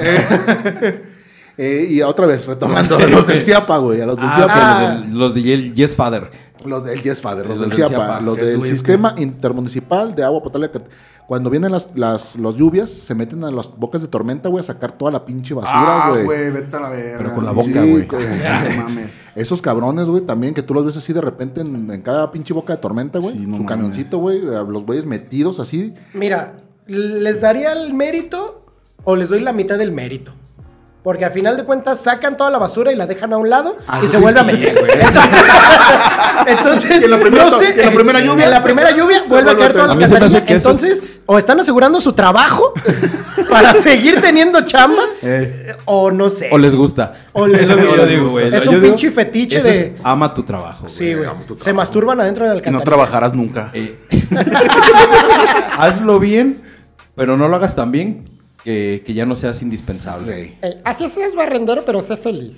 S4: Eh, y otra vez, retomando a los del Ciapa, güey. A los del Ciapa.
S5: Ah, pero los de los de Yes Father.
S4: Los del Yes Father, los
S5: Los
S4: del
S5: del
S4: CIAPA,
S5: CIAPA,
S4: los
S7: que es
S4: del
S7: muy-
S4: Sistema Intermunicipal de Agua Potable. que Cuando vienen las, las, las lluvias, se meten a las bocas de tormenta, güey, a sacar toda la pinche basura,
S7: Ah,
S4: güey.
S7: güey, vete a la verga.
S5: Pero con la
S7: sí,
S5: boca,
S7: sí,
S5: güey.
S7: con- No mames.
S4: Esos cabrones, güey, también que tú los ves así de repente en, en cada pinche boca de tormenta, güey.
S7: Sí, no
S4: su
S7: mames.
S4: camioncito, güey, a los güeyes metidos así.
S3: Mira, ¿les daría el mérito o les doy la mitad del mérito? Porque al final de cuentas sacan toda la basura y la dejan a un lado
S4: Ah,
S3: y
S4: eso
S3: se
S4: sí
S3: vuelve a
S4: es
S3: meter.
S4: bien, güey.
S3: Eso- Entonces,
S4: Y en la primera
S3: no
S4: to-
S3: sé,
S4: y en la primera lluvia
S3: en la
S4: se-
S3: primera lluvia
S4: se
S3: vuelve a
S4: vuelve
S3: caer
S4: a
S3: toda la
S5: meter. A mí se me hace
S3: alcantarilla.
S5: que eso-
S3: Entonces, o están asegurando su trabajo para seguir teniendo chamba, o no sé.
S5: Eh. O les gusta.
S3: O les
S5: es lo que
S3: gusta.
S5: yo digo, güey.
S3: Es
S5: Yo
S3: un
S5: digo,
S3: pinche fetiche
S5: eso
S3: de-
S5: es ama tu trabajo.
S3: Sí, güey.
S7: amo tu
S3: Se masturban adentro de
S7: Y
S3: la
S7: no
S3: alcantarilla.
S7: trabajarás nunca.
S5: Eh, hazlo bien, pero no lo hagas tan bien que, que ya no seas indispensable.
S4: güey.
S3: Eh, así es barrendero, pero sé feliz.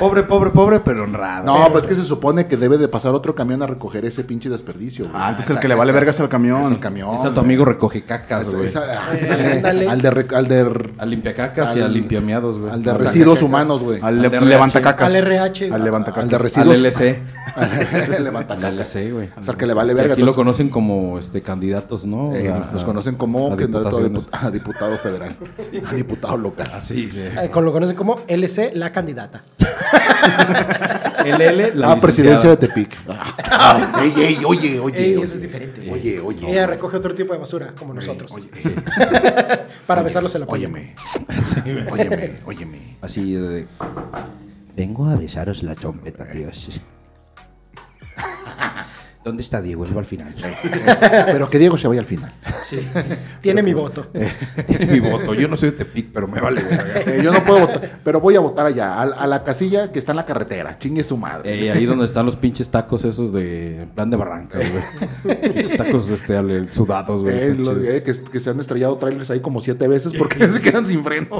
S5: Pobre, pobre, pobre, pero honrado.
S4: No, pues es que se supone que debe de pasar otro camión a recoger ese pinche desperdicio, güey.
S7: Ah, entonces el que le vale vergas al camión.
S4: Es el camión.
S5: Es a tu amigo recoge cacas,
S4: Esa-
S5: güey.
S4: Pues, esa-
S3: Eh, ándale.
S4: al de, re- al de,
S5: A limpia cacas y a
S4: Al-
S5: limpia miados, güey.
S4: al de
S5: O sea,
S4: residuos humanos, güey.
S7: Al,
S5: Al
S7: le-
S5: RH.
S7: levanta cacas.
S3: Al RH.
S7: Al levanta
S4: Al
S7: cacas.
S4: de
S5: Al
S4: residuos.
S5: LC.
S4: Levanta
S5: Al LC, güey.
S4: O sea, que le vale verga,
S5: Aquí lo
S4: entonces-
S5: conocen como este, candidatos, ¿no?
S4: Eh,
S5: A-
S4: nos
S5: a-
S4: conocen como
S5: a
S4: candidato a,
S5: diputaciones.
S4: dipu- a diputado federal, a diputado local. Ah,
S5: Así, güey.
S3: Eh, Con lo conocen como LC, la candidata.
S5: LL, la
S4: a Ah, presidencia de
S5: licenciada.
S4: Tepic. Ah, ey, ey, oye, oye.
S3: Ey,
S4: oye.
S3: eso es diferente.
S4: Oye, oye.
S3: Ella recoge otro tipo de basura, como nosotros.
S4: Oye, eh,
S3: para besarlos en la polla.
S4: óyeme. Óyeme, óyeme.
S5: Así de.
S8: Vengo a besaros la trompeta, tíos. ¿Dónde está Diego? Él va al final.
S4: Pero que Diego se vaya al final.
S3: Tiene mi voto.
S5: Tiene mi voto. Yo no soy de Tepic, pero me vale verga.
S4: Eh, yo no puedo votar, pero voy a votar allá, al- a, la casilla que está en la carretera. Chingue su madre.
S5: Ey, Eh, ahí donde están los pinches tacos esos de en plan de barranca, güey. Pinches tacos este, ale- sudados, güey.
S4: Eh, lo-
S5: están chidos.
S4: eh, que, que se han estrellado trailers ahí como siete veces porque se quedan sin freno.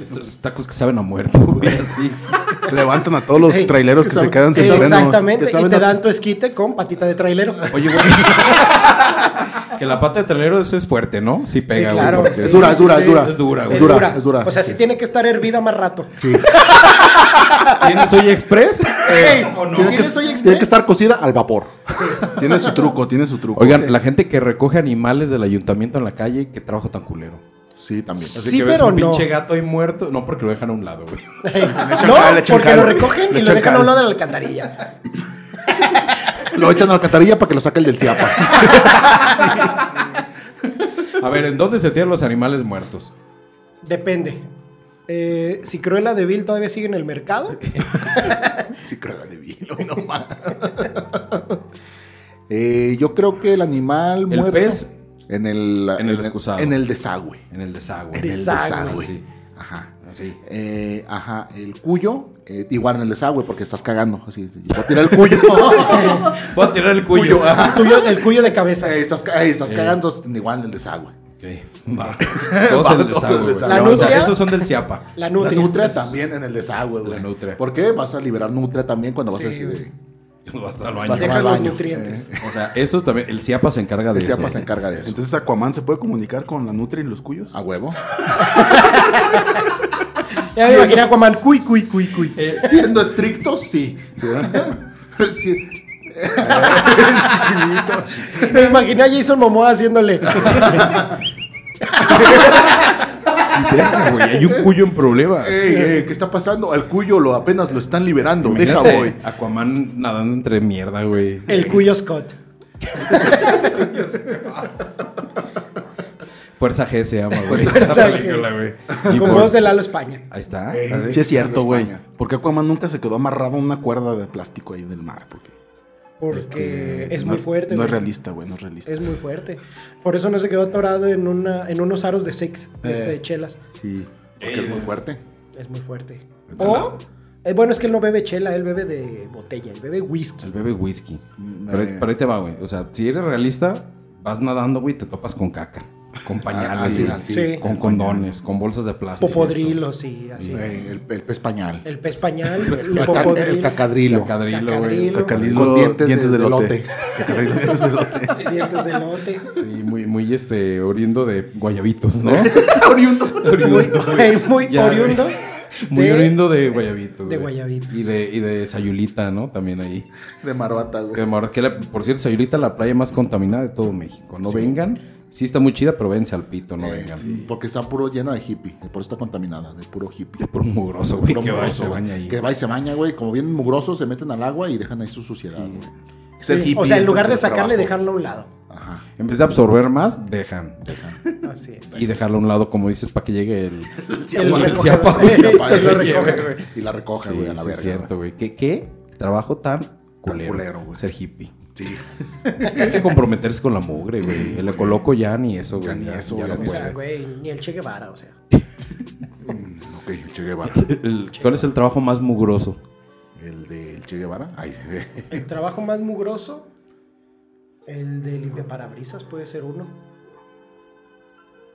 S5: Estos tacos que saben a muerto, güey. Así.
S7: Levantan a todos los
S3: Ey,
S7: traileros que, se quedan sin
S3: Sí,
S7: frenos.
S3: exactamente.
S4: que
S3: Y
S4: saben
S3: te
S4: a-
S3: dan tu esquite con patita de trailero.
S5: Oye, güey. que la pata de trailero eso es fuerte, ¿no? Sí pega,
S3: Sí,
S5: güey.
S3: claro.
S5: porque
S4: Es dura, es dura,
S3: sí,
S4: es dura.
S5: es dura, güey.
S4: Es dura, es dura.
S3: O sea, sí tiene que estar hervida más rato.
S4: Sí.
S5: ¿Tienes Oye Express?
S3: Ey,
S5: ¿O no?
S3: ¿Tienes
S4: Tiene que-
S3: Soy
S4: tiene que
S3: Express?
S4: estar cocida al vapor.
S7: Tiene su truco, tiene su truco.
S5: Oigan, la gente que recoge animales del ayuntamiento en la calle, qué trabajo tan culero.
S4: Sí, también.
S5: Así
S3: Sí,
S5: que ves
S3: pero
S5: un pinche
S3: no.
S5: gato ahí muerto. No, porque lo dejan a un lado, güey.
S4: echan
S3: no,
S4: cal, le echan
S3: porque
S4: cal,
S3: lo recogen
S4: le
S3: y lo
S4: echan
S3: dejan a
S4: cal.
S3: un lado de la alcantarilla.
S4: Lo echan a la alcantarilla para que lo saque el del Ciapa.
S5: A ver, ¿en dónde se tiran los animales muertos?
S3: Depende. Eh, si Cruella de Vil todavía sigue en el mercado,
S4: sí, creo que de vino, no mames. Eh, yo creo que el animal
S5: El
S4: muerto.
S5: pez.
S4: En el,
S5: En el excusado.
S4: En el desagüe.
S5: En el desagüe.
S3: En el Desagüe. desagüe.
S5: Sí.
S4: Ajá.
S5: Así.
S4: Eh, ajá, el cuyo, eh, igual en el desagüe porque estás cagando. Así, voy a tirar el cuyo.
S5: Voy a tirar el cuello.
S3: el
S4: Ah.
S3: cuyo, el cuyo de cabeza.
S4: Eh, estás ca- eh, estás cagando igual en el desagüe.
S5: Ok, va. Todos en el
S4: todos en
S5: desagüe.
S4: el
S5: güey.
S4: desagüe.
S3: La
S5: No, o sea,
S3: nutria.
S5: esos son del Chiapa.
S3: La
S4: La
S3: nutria.
S4: nutria también en el desagüe, güey.
S5: La nutria.
S4: ¿Por qué? Vas a liberar nutria también cuando vas
S3: Sí,
S4: a este-
S3: güey.
S5: Vas al
S4: vas
S5: baño.
S3: Deja
S4: al
S3: los
S4: baño.
S3: nutrientes.
S4: Eh,
S5: O sea, esos también. El Chiapa se encarga de
S4: el
S5: eso.
S4: Ciapa se encarga de eso. Ah,
S6: Entonces Aquaman se puede comunicar con la Nutria y los cuyos.
S4: a huevo.
S3: Ya me imaginé a Aquaman.
S4: Cuy, cuy, cuy, cuy. Eh, Siendo estrictos, sí. Sí.
S3: Me imaginé a Jason Momoa haciéndole.
S5: Verga, güey, Hay un cuyo en problemas.
S4: Ey, ey, ¿Qué está pasando? Al cuyo lo apenas lo están liberando. Deja
S5: Imagínate,
S4: voy.
S5: Aquaman nadando entre mierda, güey.
S3: El cuyo Scott.
S5: Fuerza G se llama, güey. Esa
S3: Fuerza G.
S5: película, güey. Y
S3: Con
S5: por-
S3: voz de Lalo España.
S5: Ahí está.
S6: Sí es cierto, güey. Porque Aquaman nunca se quedó amarrado a una cuerda de plástico ahí del mar. Porque
S3: Porque es
S6: no-
S3: muy fuerte.
S6: No
S3: güey.
S6: es realista, güey, no es realista.
S3: Es muy fuerte. Por eso no se quedó atorado en, una, en unos aros de six, de este, de chelas.
S6: Sí.
S4: Porque es muy fuerte.
S3: Es muy fuerte. O, eh, bueno, es que él no bebe chela, él bebe de botella, él bebe
S5: El
S3: whisky.
S5: bebé whisky. Pero, pero ahí te va, güey. O sea, si eres realista, vas nadando, güey, y te topas con caca. Con
S4: Ah,
S5: pañales,
S4: sí,
S5: güey,
S4: al
S3: fin. Sí.
S5: Con condones, con bolsas de plástico.
S3: Popodrilos y así.
S4: Ey, el, el pez pañal.
S3: El pez pañal,
S4: El,
S3: el
S4: caca- el
S3: popodrilo,
S4: cacadrilo.
S5: Cacadrilo, güey.
S3: Cacadrilo.
S5: Cacadrilo.
S4: Con dientes,
S6: dientes
S4: de,
S6: de
S4: lote.
S6: elote. Cacadrilo, dientes de elote.
S3: dientes de lote.
S5: Sí, muy, muy este, oriundo de guayabitos, ¿no?
S3: Muy,
S5: oriundo.
S3: güey, muy
S5: Ya, güey.
S3: oriundo.
S5: Muy
S3: de-
S5: oriundo de guayabitos.
S3: de
S5: güey.
S3: guayabitos.
S5: Y de, y de sayulita, ¿no? También ahí.
S4: De maruata, güey.
S5: Que, ahora que la- por cierto, Sayulita la playa más contaminada de todo México. No vengan. Sí está muy chida, pero vénse al pito, no vengan.
S4: Porque está puro llena de hippie. Por eso está contaminada, de puro hippie.
S5: Por un mugroso, güey,
S4: Puro
S5: que va y
S4: mugroso,
S5: se
S4: güey.
S5: baña ahí.
S4: Que va y se baña, güey. Como vienen mugrosos, se meten al agua y dejan ahí su suciedad, güey.
S6: Es el
S3: Sí,
S6: hippie,
S3: o sea, en lugar de
S6: entonces,
S3: sacarle,
S6: trabajo.
S3: dejarlo a un lado.
S4: Ajá.
S5: En vez de absorber más, dejan.
S3: Así es.
S5: Y dejarlo a un lado, como dices, para que llegue el...
S3: El
S5: el
S3: recogedor.
S5: chiapa, güey,
S3: Sí,
S5: chiapa,
S3: se lo
S5: güey,
S3: recoge,
S5: güey.
S4: Y la recoge,
S5: Sí,
S4: güey, a la
S5: sí es
S4: verga.
S5: cierto, güey. ¿Qué, ¿Qué trabajo tan culero?
S4: culero, güey.
S5: Ser hippie.
S4: Sí.
S5: Es que hay que comprometerse con la mugre, güey. El coloco ya ni eso, güey.
S4: ni eso,
S5: ya
S4: ya
S5: no
S4: ni
S3: O sea,
S5: puede.
S3: güey, ni el Che Guevara, o sea.
S4: Ok, el Che Guevara.
S5: El- ¿Cuál es el trabajo más mugroso?
S4: El del Che Guevara. Ay, eh.
S3: El trabajo más mugroso, el de limpiaparabrisas puede ser uno.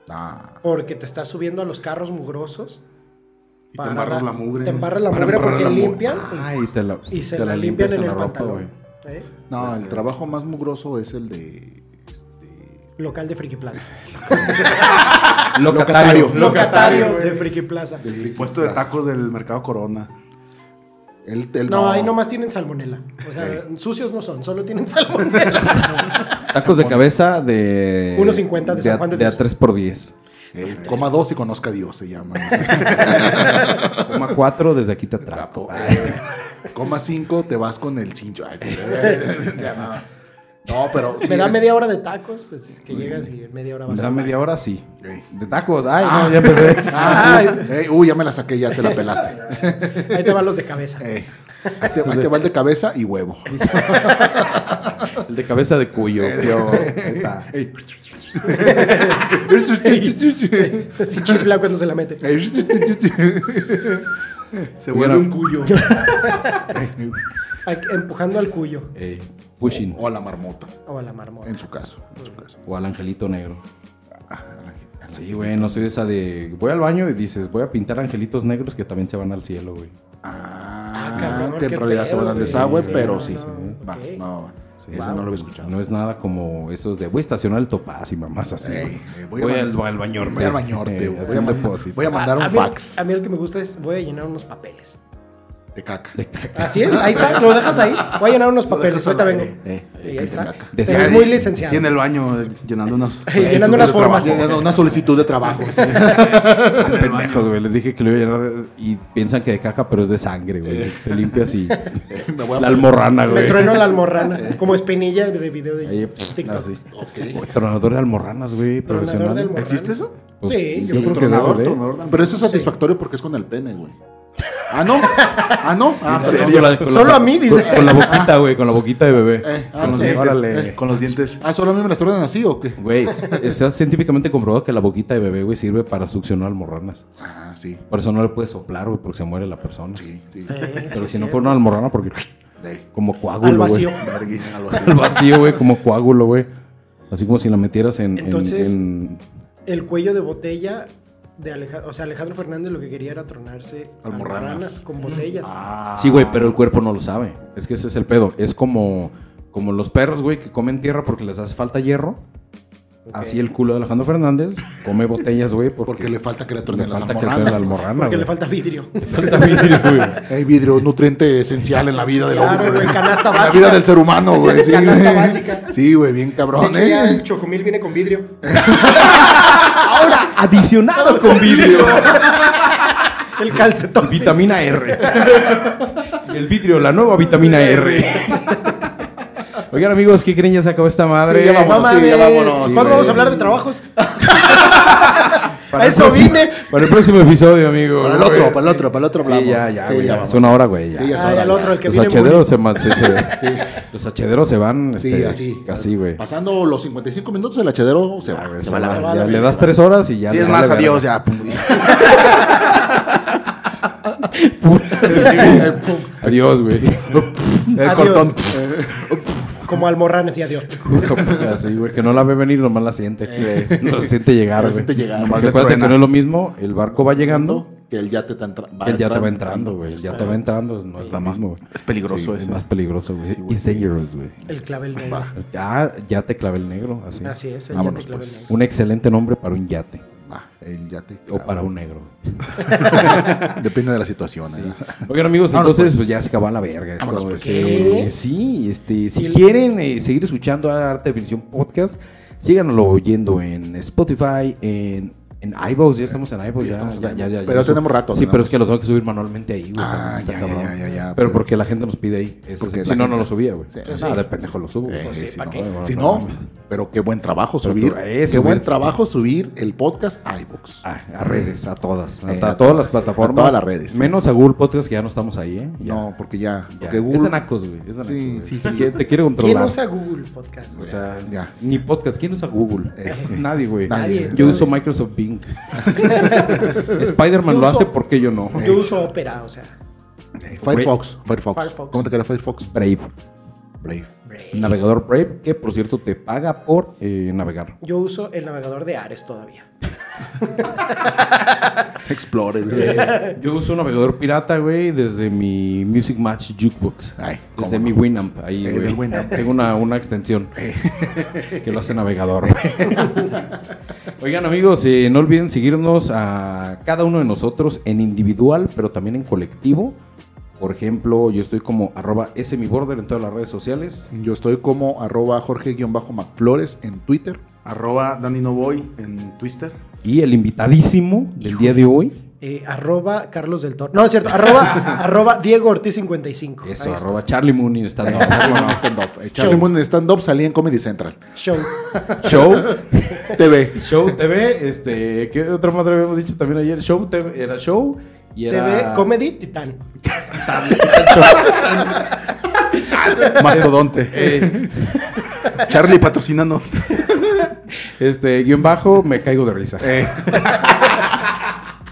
S4: Ah.
S3: Porque te estás subiendo a los carros mugrosos.
S6: Y te embarras
S3: dar-
S6: la mugre.
S3: Te embarras la
S5: Para
S3: mugre
S5: embarrar
S3: porque
S5: la mu-
S3: limpian
S5: Ah, y te la,
S3: y, y se
S5: te
S3: la, limpian
S5: limpias en
S3: en el
S5: la ropa, güey.
S3: pantalón. ¿eh?
S4: No, el trabajo más mugroso es el de. este,
S3: Local de Friki Plaza.
S4: Locatario.
S5: Locatario.
S3: Locatario de Friki Plaza.
S6: Sí, puesto de tacos del mercado Corona.
S4: El, el-
S3: No, ahí nomás tienen salmonela. O sea, sucios no son, solo tienen salmonela.
S5: Tacos de cabeza de...
S3: 1.50 de San
S5: a-
S3: Juan de
S5: De a
S3: Dios.
S5: 3 por 10.
S4: Eh, coma dos y conozca a Dios, se llama.
S5: Coma 4, desde aquí te atrapo.
S4: Eh, coma cinco, te vas con el cincho. Ay, ya no. No, pero. sí,
S3: Me da
S4: es-
S3: media hora de tacos, es que llegas y en media hora
S5: Me
S3: vas
S5: da
S3: a
S5: media hora, sí.
S4: Ey.
S5: De tacos. Ay, no, ya empecé.
S4: Ah, ey, uy, ya me la saqué, ya te la pelaste.
S3: Ahí te van los de cabeza.
S4: Ey, ahí, te, ahí te va el de cabeza y huevo.
S5: El de cabeza de cuyo. Yo, neta.
S4: Ey.
S3: Se chifla cuando se la mete.
S6: Se
S5: Hubiera-
S6: vuelve un cuyo.
S3: Ay, Empujando al cuyo
S5: Ey, Eh, pushing.
S4: O a la marmota,
S3: o a la marmota.
S4: en su caso. En su caso.
S5: O al angelito negro. Sí, güey, no soy de esa de. Voy al baño y dices, voy a pintar angelitos negros que también se van al cielo, güey.
S4: Ah,
S3: cabrón,
S4: que
S3: qué
S4: en realidad se van
S3: pedos,
S4: al desagüe,
S3: güey. Sí,
S4: pero
S3: no,
S4: sí.
S3: no,
S4: Va,
S3: ok.
S4: no, va. Ese no lo había escuchado.
S5: No es nada como esos de voy a estacionar el topaz y mamás así.
S4: Ey,
S5: güey.
S4: ey,
S5: voy
S4: voy a ba-
S5: al, al bañorte.
S4: Voy al bañorte,
S5: Ey,
S4: güey.
S5: hacer
S4: voy, a
S5: Eh, un
S4: man-
S5: depósito.
S4: voy a mandar
S3: A-
S4: un
S3: a mí-
S4: fax.
S3: A mí el que me gusta es voy a llenar unos papeles.
S4: de caca.
S5: De caca.
S3: Así es, ahí está, lo dejas ahí. Voy a llenar unos papeles, ahorita vengo.
S5: Eh,
S3: Y ahí está.
S5: De
S3: Pero es
S5: sal-
S3: muy licenciado.
S6: Y en el baño eh, llenando unas.
S4: Eh,
S3: llenando unas formas.
S9: Una, una solicitud de trabajo. sí.
S5: Pendejos, güey. Les dije que lo iba a llenar de- y piensan que de caca, pero es de sangre, güey.
S4: Eh.
S5: Te limpias y.
S4: Me voy a
S5: La
S4: poner-
S5: almorrana,
S3: Me
S5: güey.
S3: trueno la
S4: Eh.
S3: almorrana. Como espinilla de video de
S5: Ahí,
S4: pues,
S5: pff,
S3: TikTok.
S5: así. Güey, Tronador de almorranas, güey.
S3: Tronador de
S5: Profesional.
S3: almorranas.
S6: ¿Existe eso?
S5: Pues,
S3: sí,
S5: yo
S3: yo
S5: creo que
S6: Tronador,
S5: sí, güey.
S6: tronador de-
S4: Pero eso es satisfactorio porque es con el pene, güey. Ah, no. Ah, no. Ah,
S5: Sí,
S4: perdón.
S5: con la- con la-
S3: Solo a mí, dice.
S5: Con, con la boquita, güey, con la boquita de bebé.
S4: Eh, ah,
S6: Con los
S4: sí.
S6: dientes.
S5: Órale.
S6: eh, Con los dientes.
S4: Ah, solo a mí me las tornan así o qué?
S5: Güey, está científicamente comprobado que la boquita de bebé, güey, sirve para succionar almorranas.
S4: Ah, sí.
S5: Por eso no le puedes soplar, güey, porque se muere la persona.
S4: Sí, Eh, sí.
S5: Pero si no fuera una almorrana, porque. Como coágulo.
S3: Al vacío.
S5: güey.
S4: Verguísima, algo así.
S5: Al vacío, güey, como coágulo, güey. Así como si la metieras en. en-
S3: Entonces-
S5: en-
S3: El cuello de botella de Alejandro. O sea, Alejandro Fernández lo que quería era tronarse
S4: Almorranas.
S3: almorranas con botellas.
S5: Sí, güey, pero el cuerpo no lo sabe. Es que ese es el pedo. Es como, como los perros, güey, que comen tierra porque les hace falta hierro. Así el culo de Alejandro Fernández come botellas, güey, porque,
S4: Porque le falta que le
S5: le
S4: tornen las
S5: falta que le traiga la
S4: almorranas.
S5: almorrana,
S3: porque
S5: güey.
S3: le falta vidrio.
S5: Le falta vidrio, güey.
S4: Hay vidrio, un nutriente esencial en la vida del
S3: Claro,
S4: hombre.
S3: güey,
S4: güey.
S3: canasta
S4: En la
S3: básica.
S4: vida del ser humano, güey. Sí,
S3: Canasta
S4: güey.
S3: básica.
S4: Sí, güey, bien
S3: De
S4: cabrón,
S3: hecho, ya el
S4: ¿eh?
S3: chocomil viene con vidrio.
S5: Ahora, adicionado con vidrio.
S3: El calcetón.
S5: vitamina R. el vidrio, la nueva vitamina R. Oigan, amigos, ¿qué creen? Ya se acabó esta madre.
S4: ya
S3: No
S4: vámonos, sí,
S3: mames.
S4: ya vámonos,
S3: ¿Cuándo
S4: güey.
S3: vamos a hablar de trabajos?
S5: Para
S3: A
S5: el
S3: eso
S5: próximo-
S3: vine.
S5: Para el próximo episodio, amigo.
S4: Para el
S5: güey.
S4: otro, para el otro, para el otro hablamos.
S5: Sí, ya, ya,
S4: Sí,
S5: güey,
S4: ya
S5: ya.
S4: vamos.
S5: Es una hora, güey. ya.
S4: Sí, ya
S3: Ah, y al otro, el que
S5: Los
S3: viene muy-
S5: hachederos se, man- se- se- Los hachederos se van.
S4: Sí,
S5: este,
S4: así.
S5: Así, güey.
S4: Pasando los 55 minutos, el hachadero se
S5: Ya,
S4: va.
S5: güey,
S4: Se
S5: se
S4: va
S5: van.
S4: la
S3: va
S5: Ya
S3: la
S5: le das tres horas y ya.
S6: Sí,
S5: le
S6: es
S5: vale
S6: más,
S5: verga.
S6: adiós, ya. pum.
S5: Adiós, güey.
S6: El
S3: Adiós.
S6: cortón.
S3: Como almorranes y adiós.
S5: Así, güey. Que no la ve venir, nomás la siente. No la siente llegar,
S4: La
S5: güey.
S4: siente llegar.
S5: Porque
S6: le
S5: acuérdate que
S6: truena.
S5: no es lo mismo. El barco va llegando.
S4: Que él ya te está entra-
S5: Él ya te va entrando, güey. Ya te va entrando. No está más, güey.
S6: Es peligroso
S5: Es
S6: ese.
S5: más peligroso, güey. It's dangerous, güey.
S3: El clavel negro.
S5: Ya, ya te clavé el negro. Así.
S3: Así es, el
S5: Vámonos,
S3: ya te clavé el
S5: pues.
S3: negro.
S5: Un excelente nombre para un yate.
S4: Va, él ya te.
S5: O para un negro.
S4: Depende de la situación. ¿eh?
S5: Oigan amigos,
S4: Vámonos,
S5: entonces
S4: pues.
S5: pues, ya se acabó la verga. esto,
S4: Vámonos, pues.
S5: este,
S3: ¿Qué?
S5: sí, este, si
S3: El-
S5: quieren eh, seguir escuchando a Arte de Ficción Podcast, síganoslo oyendo en Spotify, en, en iVoox, ya estamos en iVoox, ya,
S4: estamos en
S5: ya, ya, ya,
S4: Pero
S5: ya
S4: tenemos rato,
S5: Sí,
S4: ¿no?
S5: pero es que lo tengo que subir manualmente ahí, güey.
S4: Ah,
S5: está
S4: ya,
S5: cabrón.
S4: ya, ya, ya,
S5: Pero
S4: pero-
S5: porque la gente nos pide ahí. eso
S4: Porque
S5: sí.
S4: la
S5: si no, no
S4: gente-
S5: lo subía, güey. Pues
S4: Sí,
S5: Nada, de pendejo lo subo.
S4: Eh,
S5: güey.
S4: sí,
S5: si
S4: ¿pa'
S5: no,
S4: qué?
S5: bueno,
S4: Si
S5: no
S4: no, pues.
S5: mames.
S4: pero qué buen trabajo
S5: Pero
S4: subir.
S5: tú- eso,
S4: qué buen
S5: güey.
S4: trabajo subir el podcast a iVoox.
S5: Ah, a redes, a todas, a,
S4: Eh,
S5: a
S4: a
S5: todas
S4: todas,
S5: las
S4: a
S5: plataformas.
S4: todas las redes, sí.
S5: Menos a Google Podcast, que ya no estamos ahí, ¿eh? Ya.
S4: No, porque ya.
S5: Ya.
S4: Porque
S5: Es de
S4: Google.
S5: nacos, güey. Es de
S4: Sí,
S5: nacos, güey.
S4: sí,
S5: Te
S4: sí.
S5: quiere- Te quiere
S3: ¿Quién
S5: controlar.
S3: usa Google Podcast? güey?
S5: O sea,
S4: Ya.
S5: ni podcast. ¿Quién usa Google? Nadie, güey.
S3: Eh, Nadie.
S5: Yo uso Microsoft Bing. Spider-Man
S3: Yo
S5: lo
S3: uso-
S5: hace porque yo no.
S3: Yo uso Opera, o sea.
S4: Eh, Firefox, Firefox.
S3: Firefox.
S4: ¿Cómo te queda Firefox?
S5: Brave.
S4: Brave.
S5: Navegador Brave, que por cierto te paga por eh, navegar.
S3: Yo uso el navegador de Ares todavía.
S4: Explorer.
S5: Eh, Yo uso un navegador pirata, güey, desde mi Music Match Jukebox.
S4: Ay, cómo
S5: desde
S4: no.
S5: mi Winamp, ahí,
S4: Eh, del
S5: güey.
S4: Winamp. Eh.
S5: Tengo una, una extensión que lo hace navegador. güey. Oigan, amigos, eh, no olviden seguirnos a cada uno de nosotros en individual, pero también en colectivo. Por ejemplo, yo estoy como arroba ese mi border en todas las redes sociales.
S4: Yo estoy como arroba Jorge-McFlores en Twitter.
S6: Arroba Dani No Voy en Twister.
S5: Y el invitadísimo del día de hoy.
S3: Eh, arroba Carlos del Toro. No, es cierto. Arroba, arroba Diego Ortiz 55.
S5: Eso,
S3: Ahí está.
S5: arroba Charlie Mooney está no,
S4: Charlie
S5: no,
S4: Moon en
S5: no.
S4: stand-up. Eh, Charlie Moon en stand-up salía en Comedy Central.
S3: Show.
S5: Show.
S4: TV.
S5: Show TV, este, ¿qué otra madre habíamos dicho también ayer? Show TV, era show y era
S3: TV Comedy Titán.
S6: Mastodonte.
S5: Eh,
S6: Charlie, patrocínanos.
S5: este, guión bajo, me caigo de risa.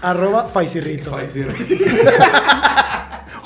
S3: Arroba Faisirrito.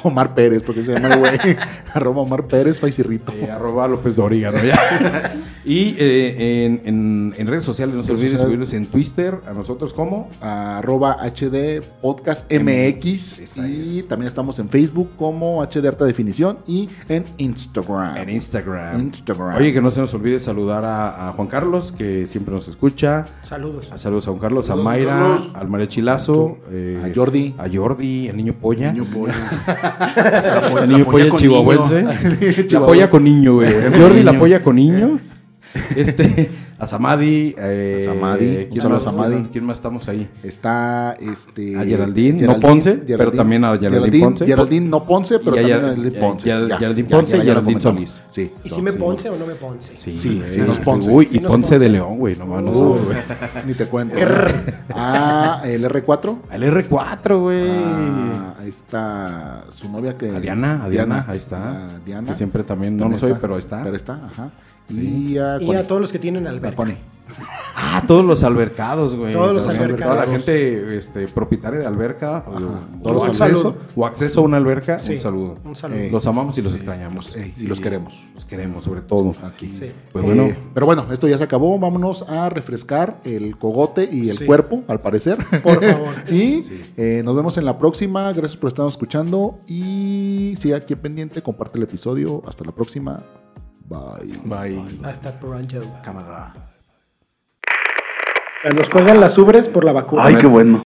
S4: Omar Pérez, porque se llama el güey. arroba Omar Pérez, Faisirrito.
S5: Eh, arroba López Doriga, ¿no? Ya. Y eh, en, en- en redes sociales, no se olviden subirnos en Twitter, a nosotros como
S4: arroba HD Podcast MX.
S5: Esa
S4: Y
S5: es.
S4: también estamos en Facebook como HD Alta Definición y en Instagram.
S5: en Instagram.
S4: Instagram.
S5: Oye, que no se nos olvide saludar a, a Juan Carlos, que siempre nos escucha.
S3: Saludos.
S5: Saludos a Juan Carlos, a Mayra, al Mario Chilazo, eh,
S4: A Jordi.
S5: a Jordi, al niño polla.
S4: Niño pollo.
S5: La niño
S7: polla
S5: polla
S7: con
S5: chihuahuense. La polla con niño, güey. Jordi, la polla con niño. Este, a Samadhi. eh,
S4: A Samadhi. Un
S5: ¿quién
S4: saludo
S5: más,
S4: a Samadhi.
S5: ¿Quién más estamos ahí?
S4: Está este.
S5: A Geraldine, no Ponce, pero también a Geraldine Ponce.
S4: Geraldine, no Ponce, pero
S5: Y
S4: también
S5: a
S4: a
S5: Ger-
S4: Geraldine
S5: eh,
S4: Ponce.
S5: Ger-
S4: Ya,
S5: Geraldine
S4: ya,
S5: Ponce
S4: ya
S5: y
S4: lo
S5: Geraldine
S4: comentamos.
S5: Solís.
S4: Sí.
S3: ¿Y si me ponce o no me ponce?
S4: Sí,
S5: güey.
S4: sí, nos Ponce.
S5: Uy,
S3: Sí,
S5: y
S3: nos
S5: Ponce
S3: Ponce.
S5: de León, güey. No mames, no sabes, güey.
S4: Ni te cuento. ah, el R4.
S5: Al R4, güey.
S4: Ah, ahí está su novia que.
S5: a Diana, a Diana, ahí está.
S4: Ah, Diana.
S5: Que siempre también, no
S4: También
S5: nos oye, pero ahí está.
S4: Pero está, ajá. Y a
S3: Y
S4: Connie.
S3: a todos los que tienen
S4: A
S3: alberca.
S4: Connie.
S5: Ah, todos los albercados, güey.
S3: Todos los
S5: También,
S3: albercados.
S5: Toda la gente este, propietaria de alberca o,
S4: Todos los
S5: o acceso,
S3: albercados.
S5: o acceso a una alberca,
S3: Sí,
S5: un saludo.
S3: un saludo.
S4: Eh,
S5: los amamos y los extrañamos.
S4: Ey, y los queremos.
S5: Los queremos, sobre todo. Aquí.
S3: Sí.
S5: Pues bueno,
S4: Eh, pero bueno, esto ya se acabó. Vámonos a refrescar el cogote y el
S3: Sí.
S4: cuerpo, al parecer.
S3: Por favor.
S4: y eh, nos vemos en la próxima. Gracias por estarnos escuchando. Y sigue aquí pendiente, comparte el episodio. Hasta la próxima. Bye.
S7: Bye.
S3: Hasta pronto.
S7: Canadá.
S3: Nos cuelgan las ubres por la vacuna.
S6: Ay, qué bueno.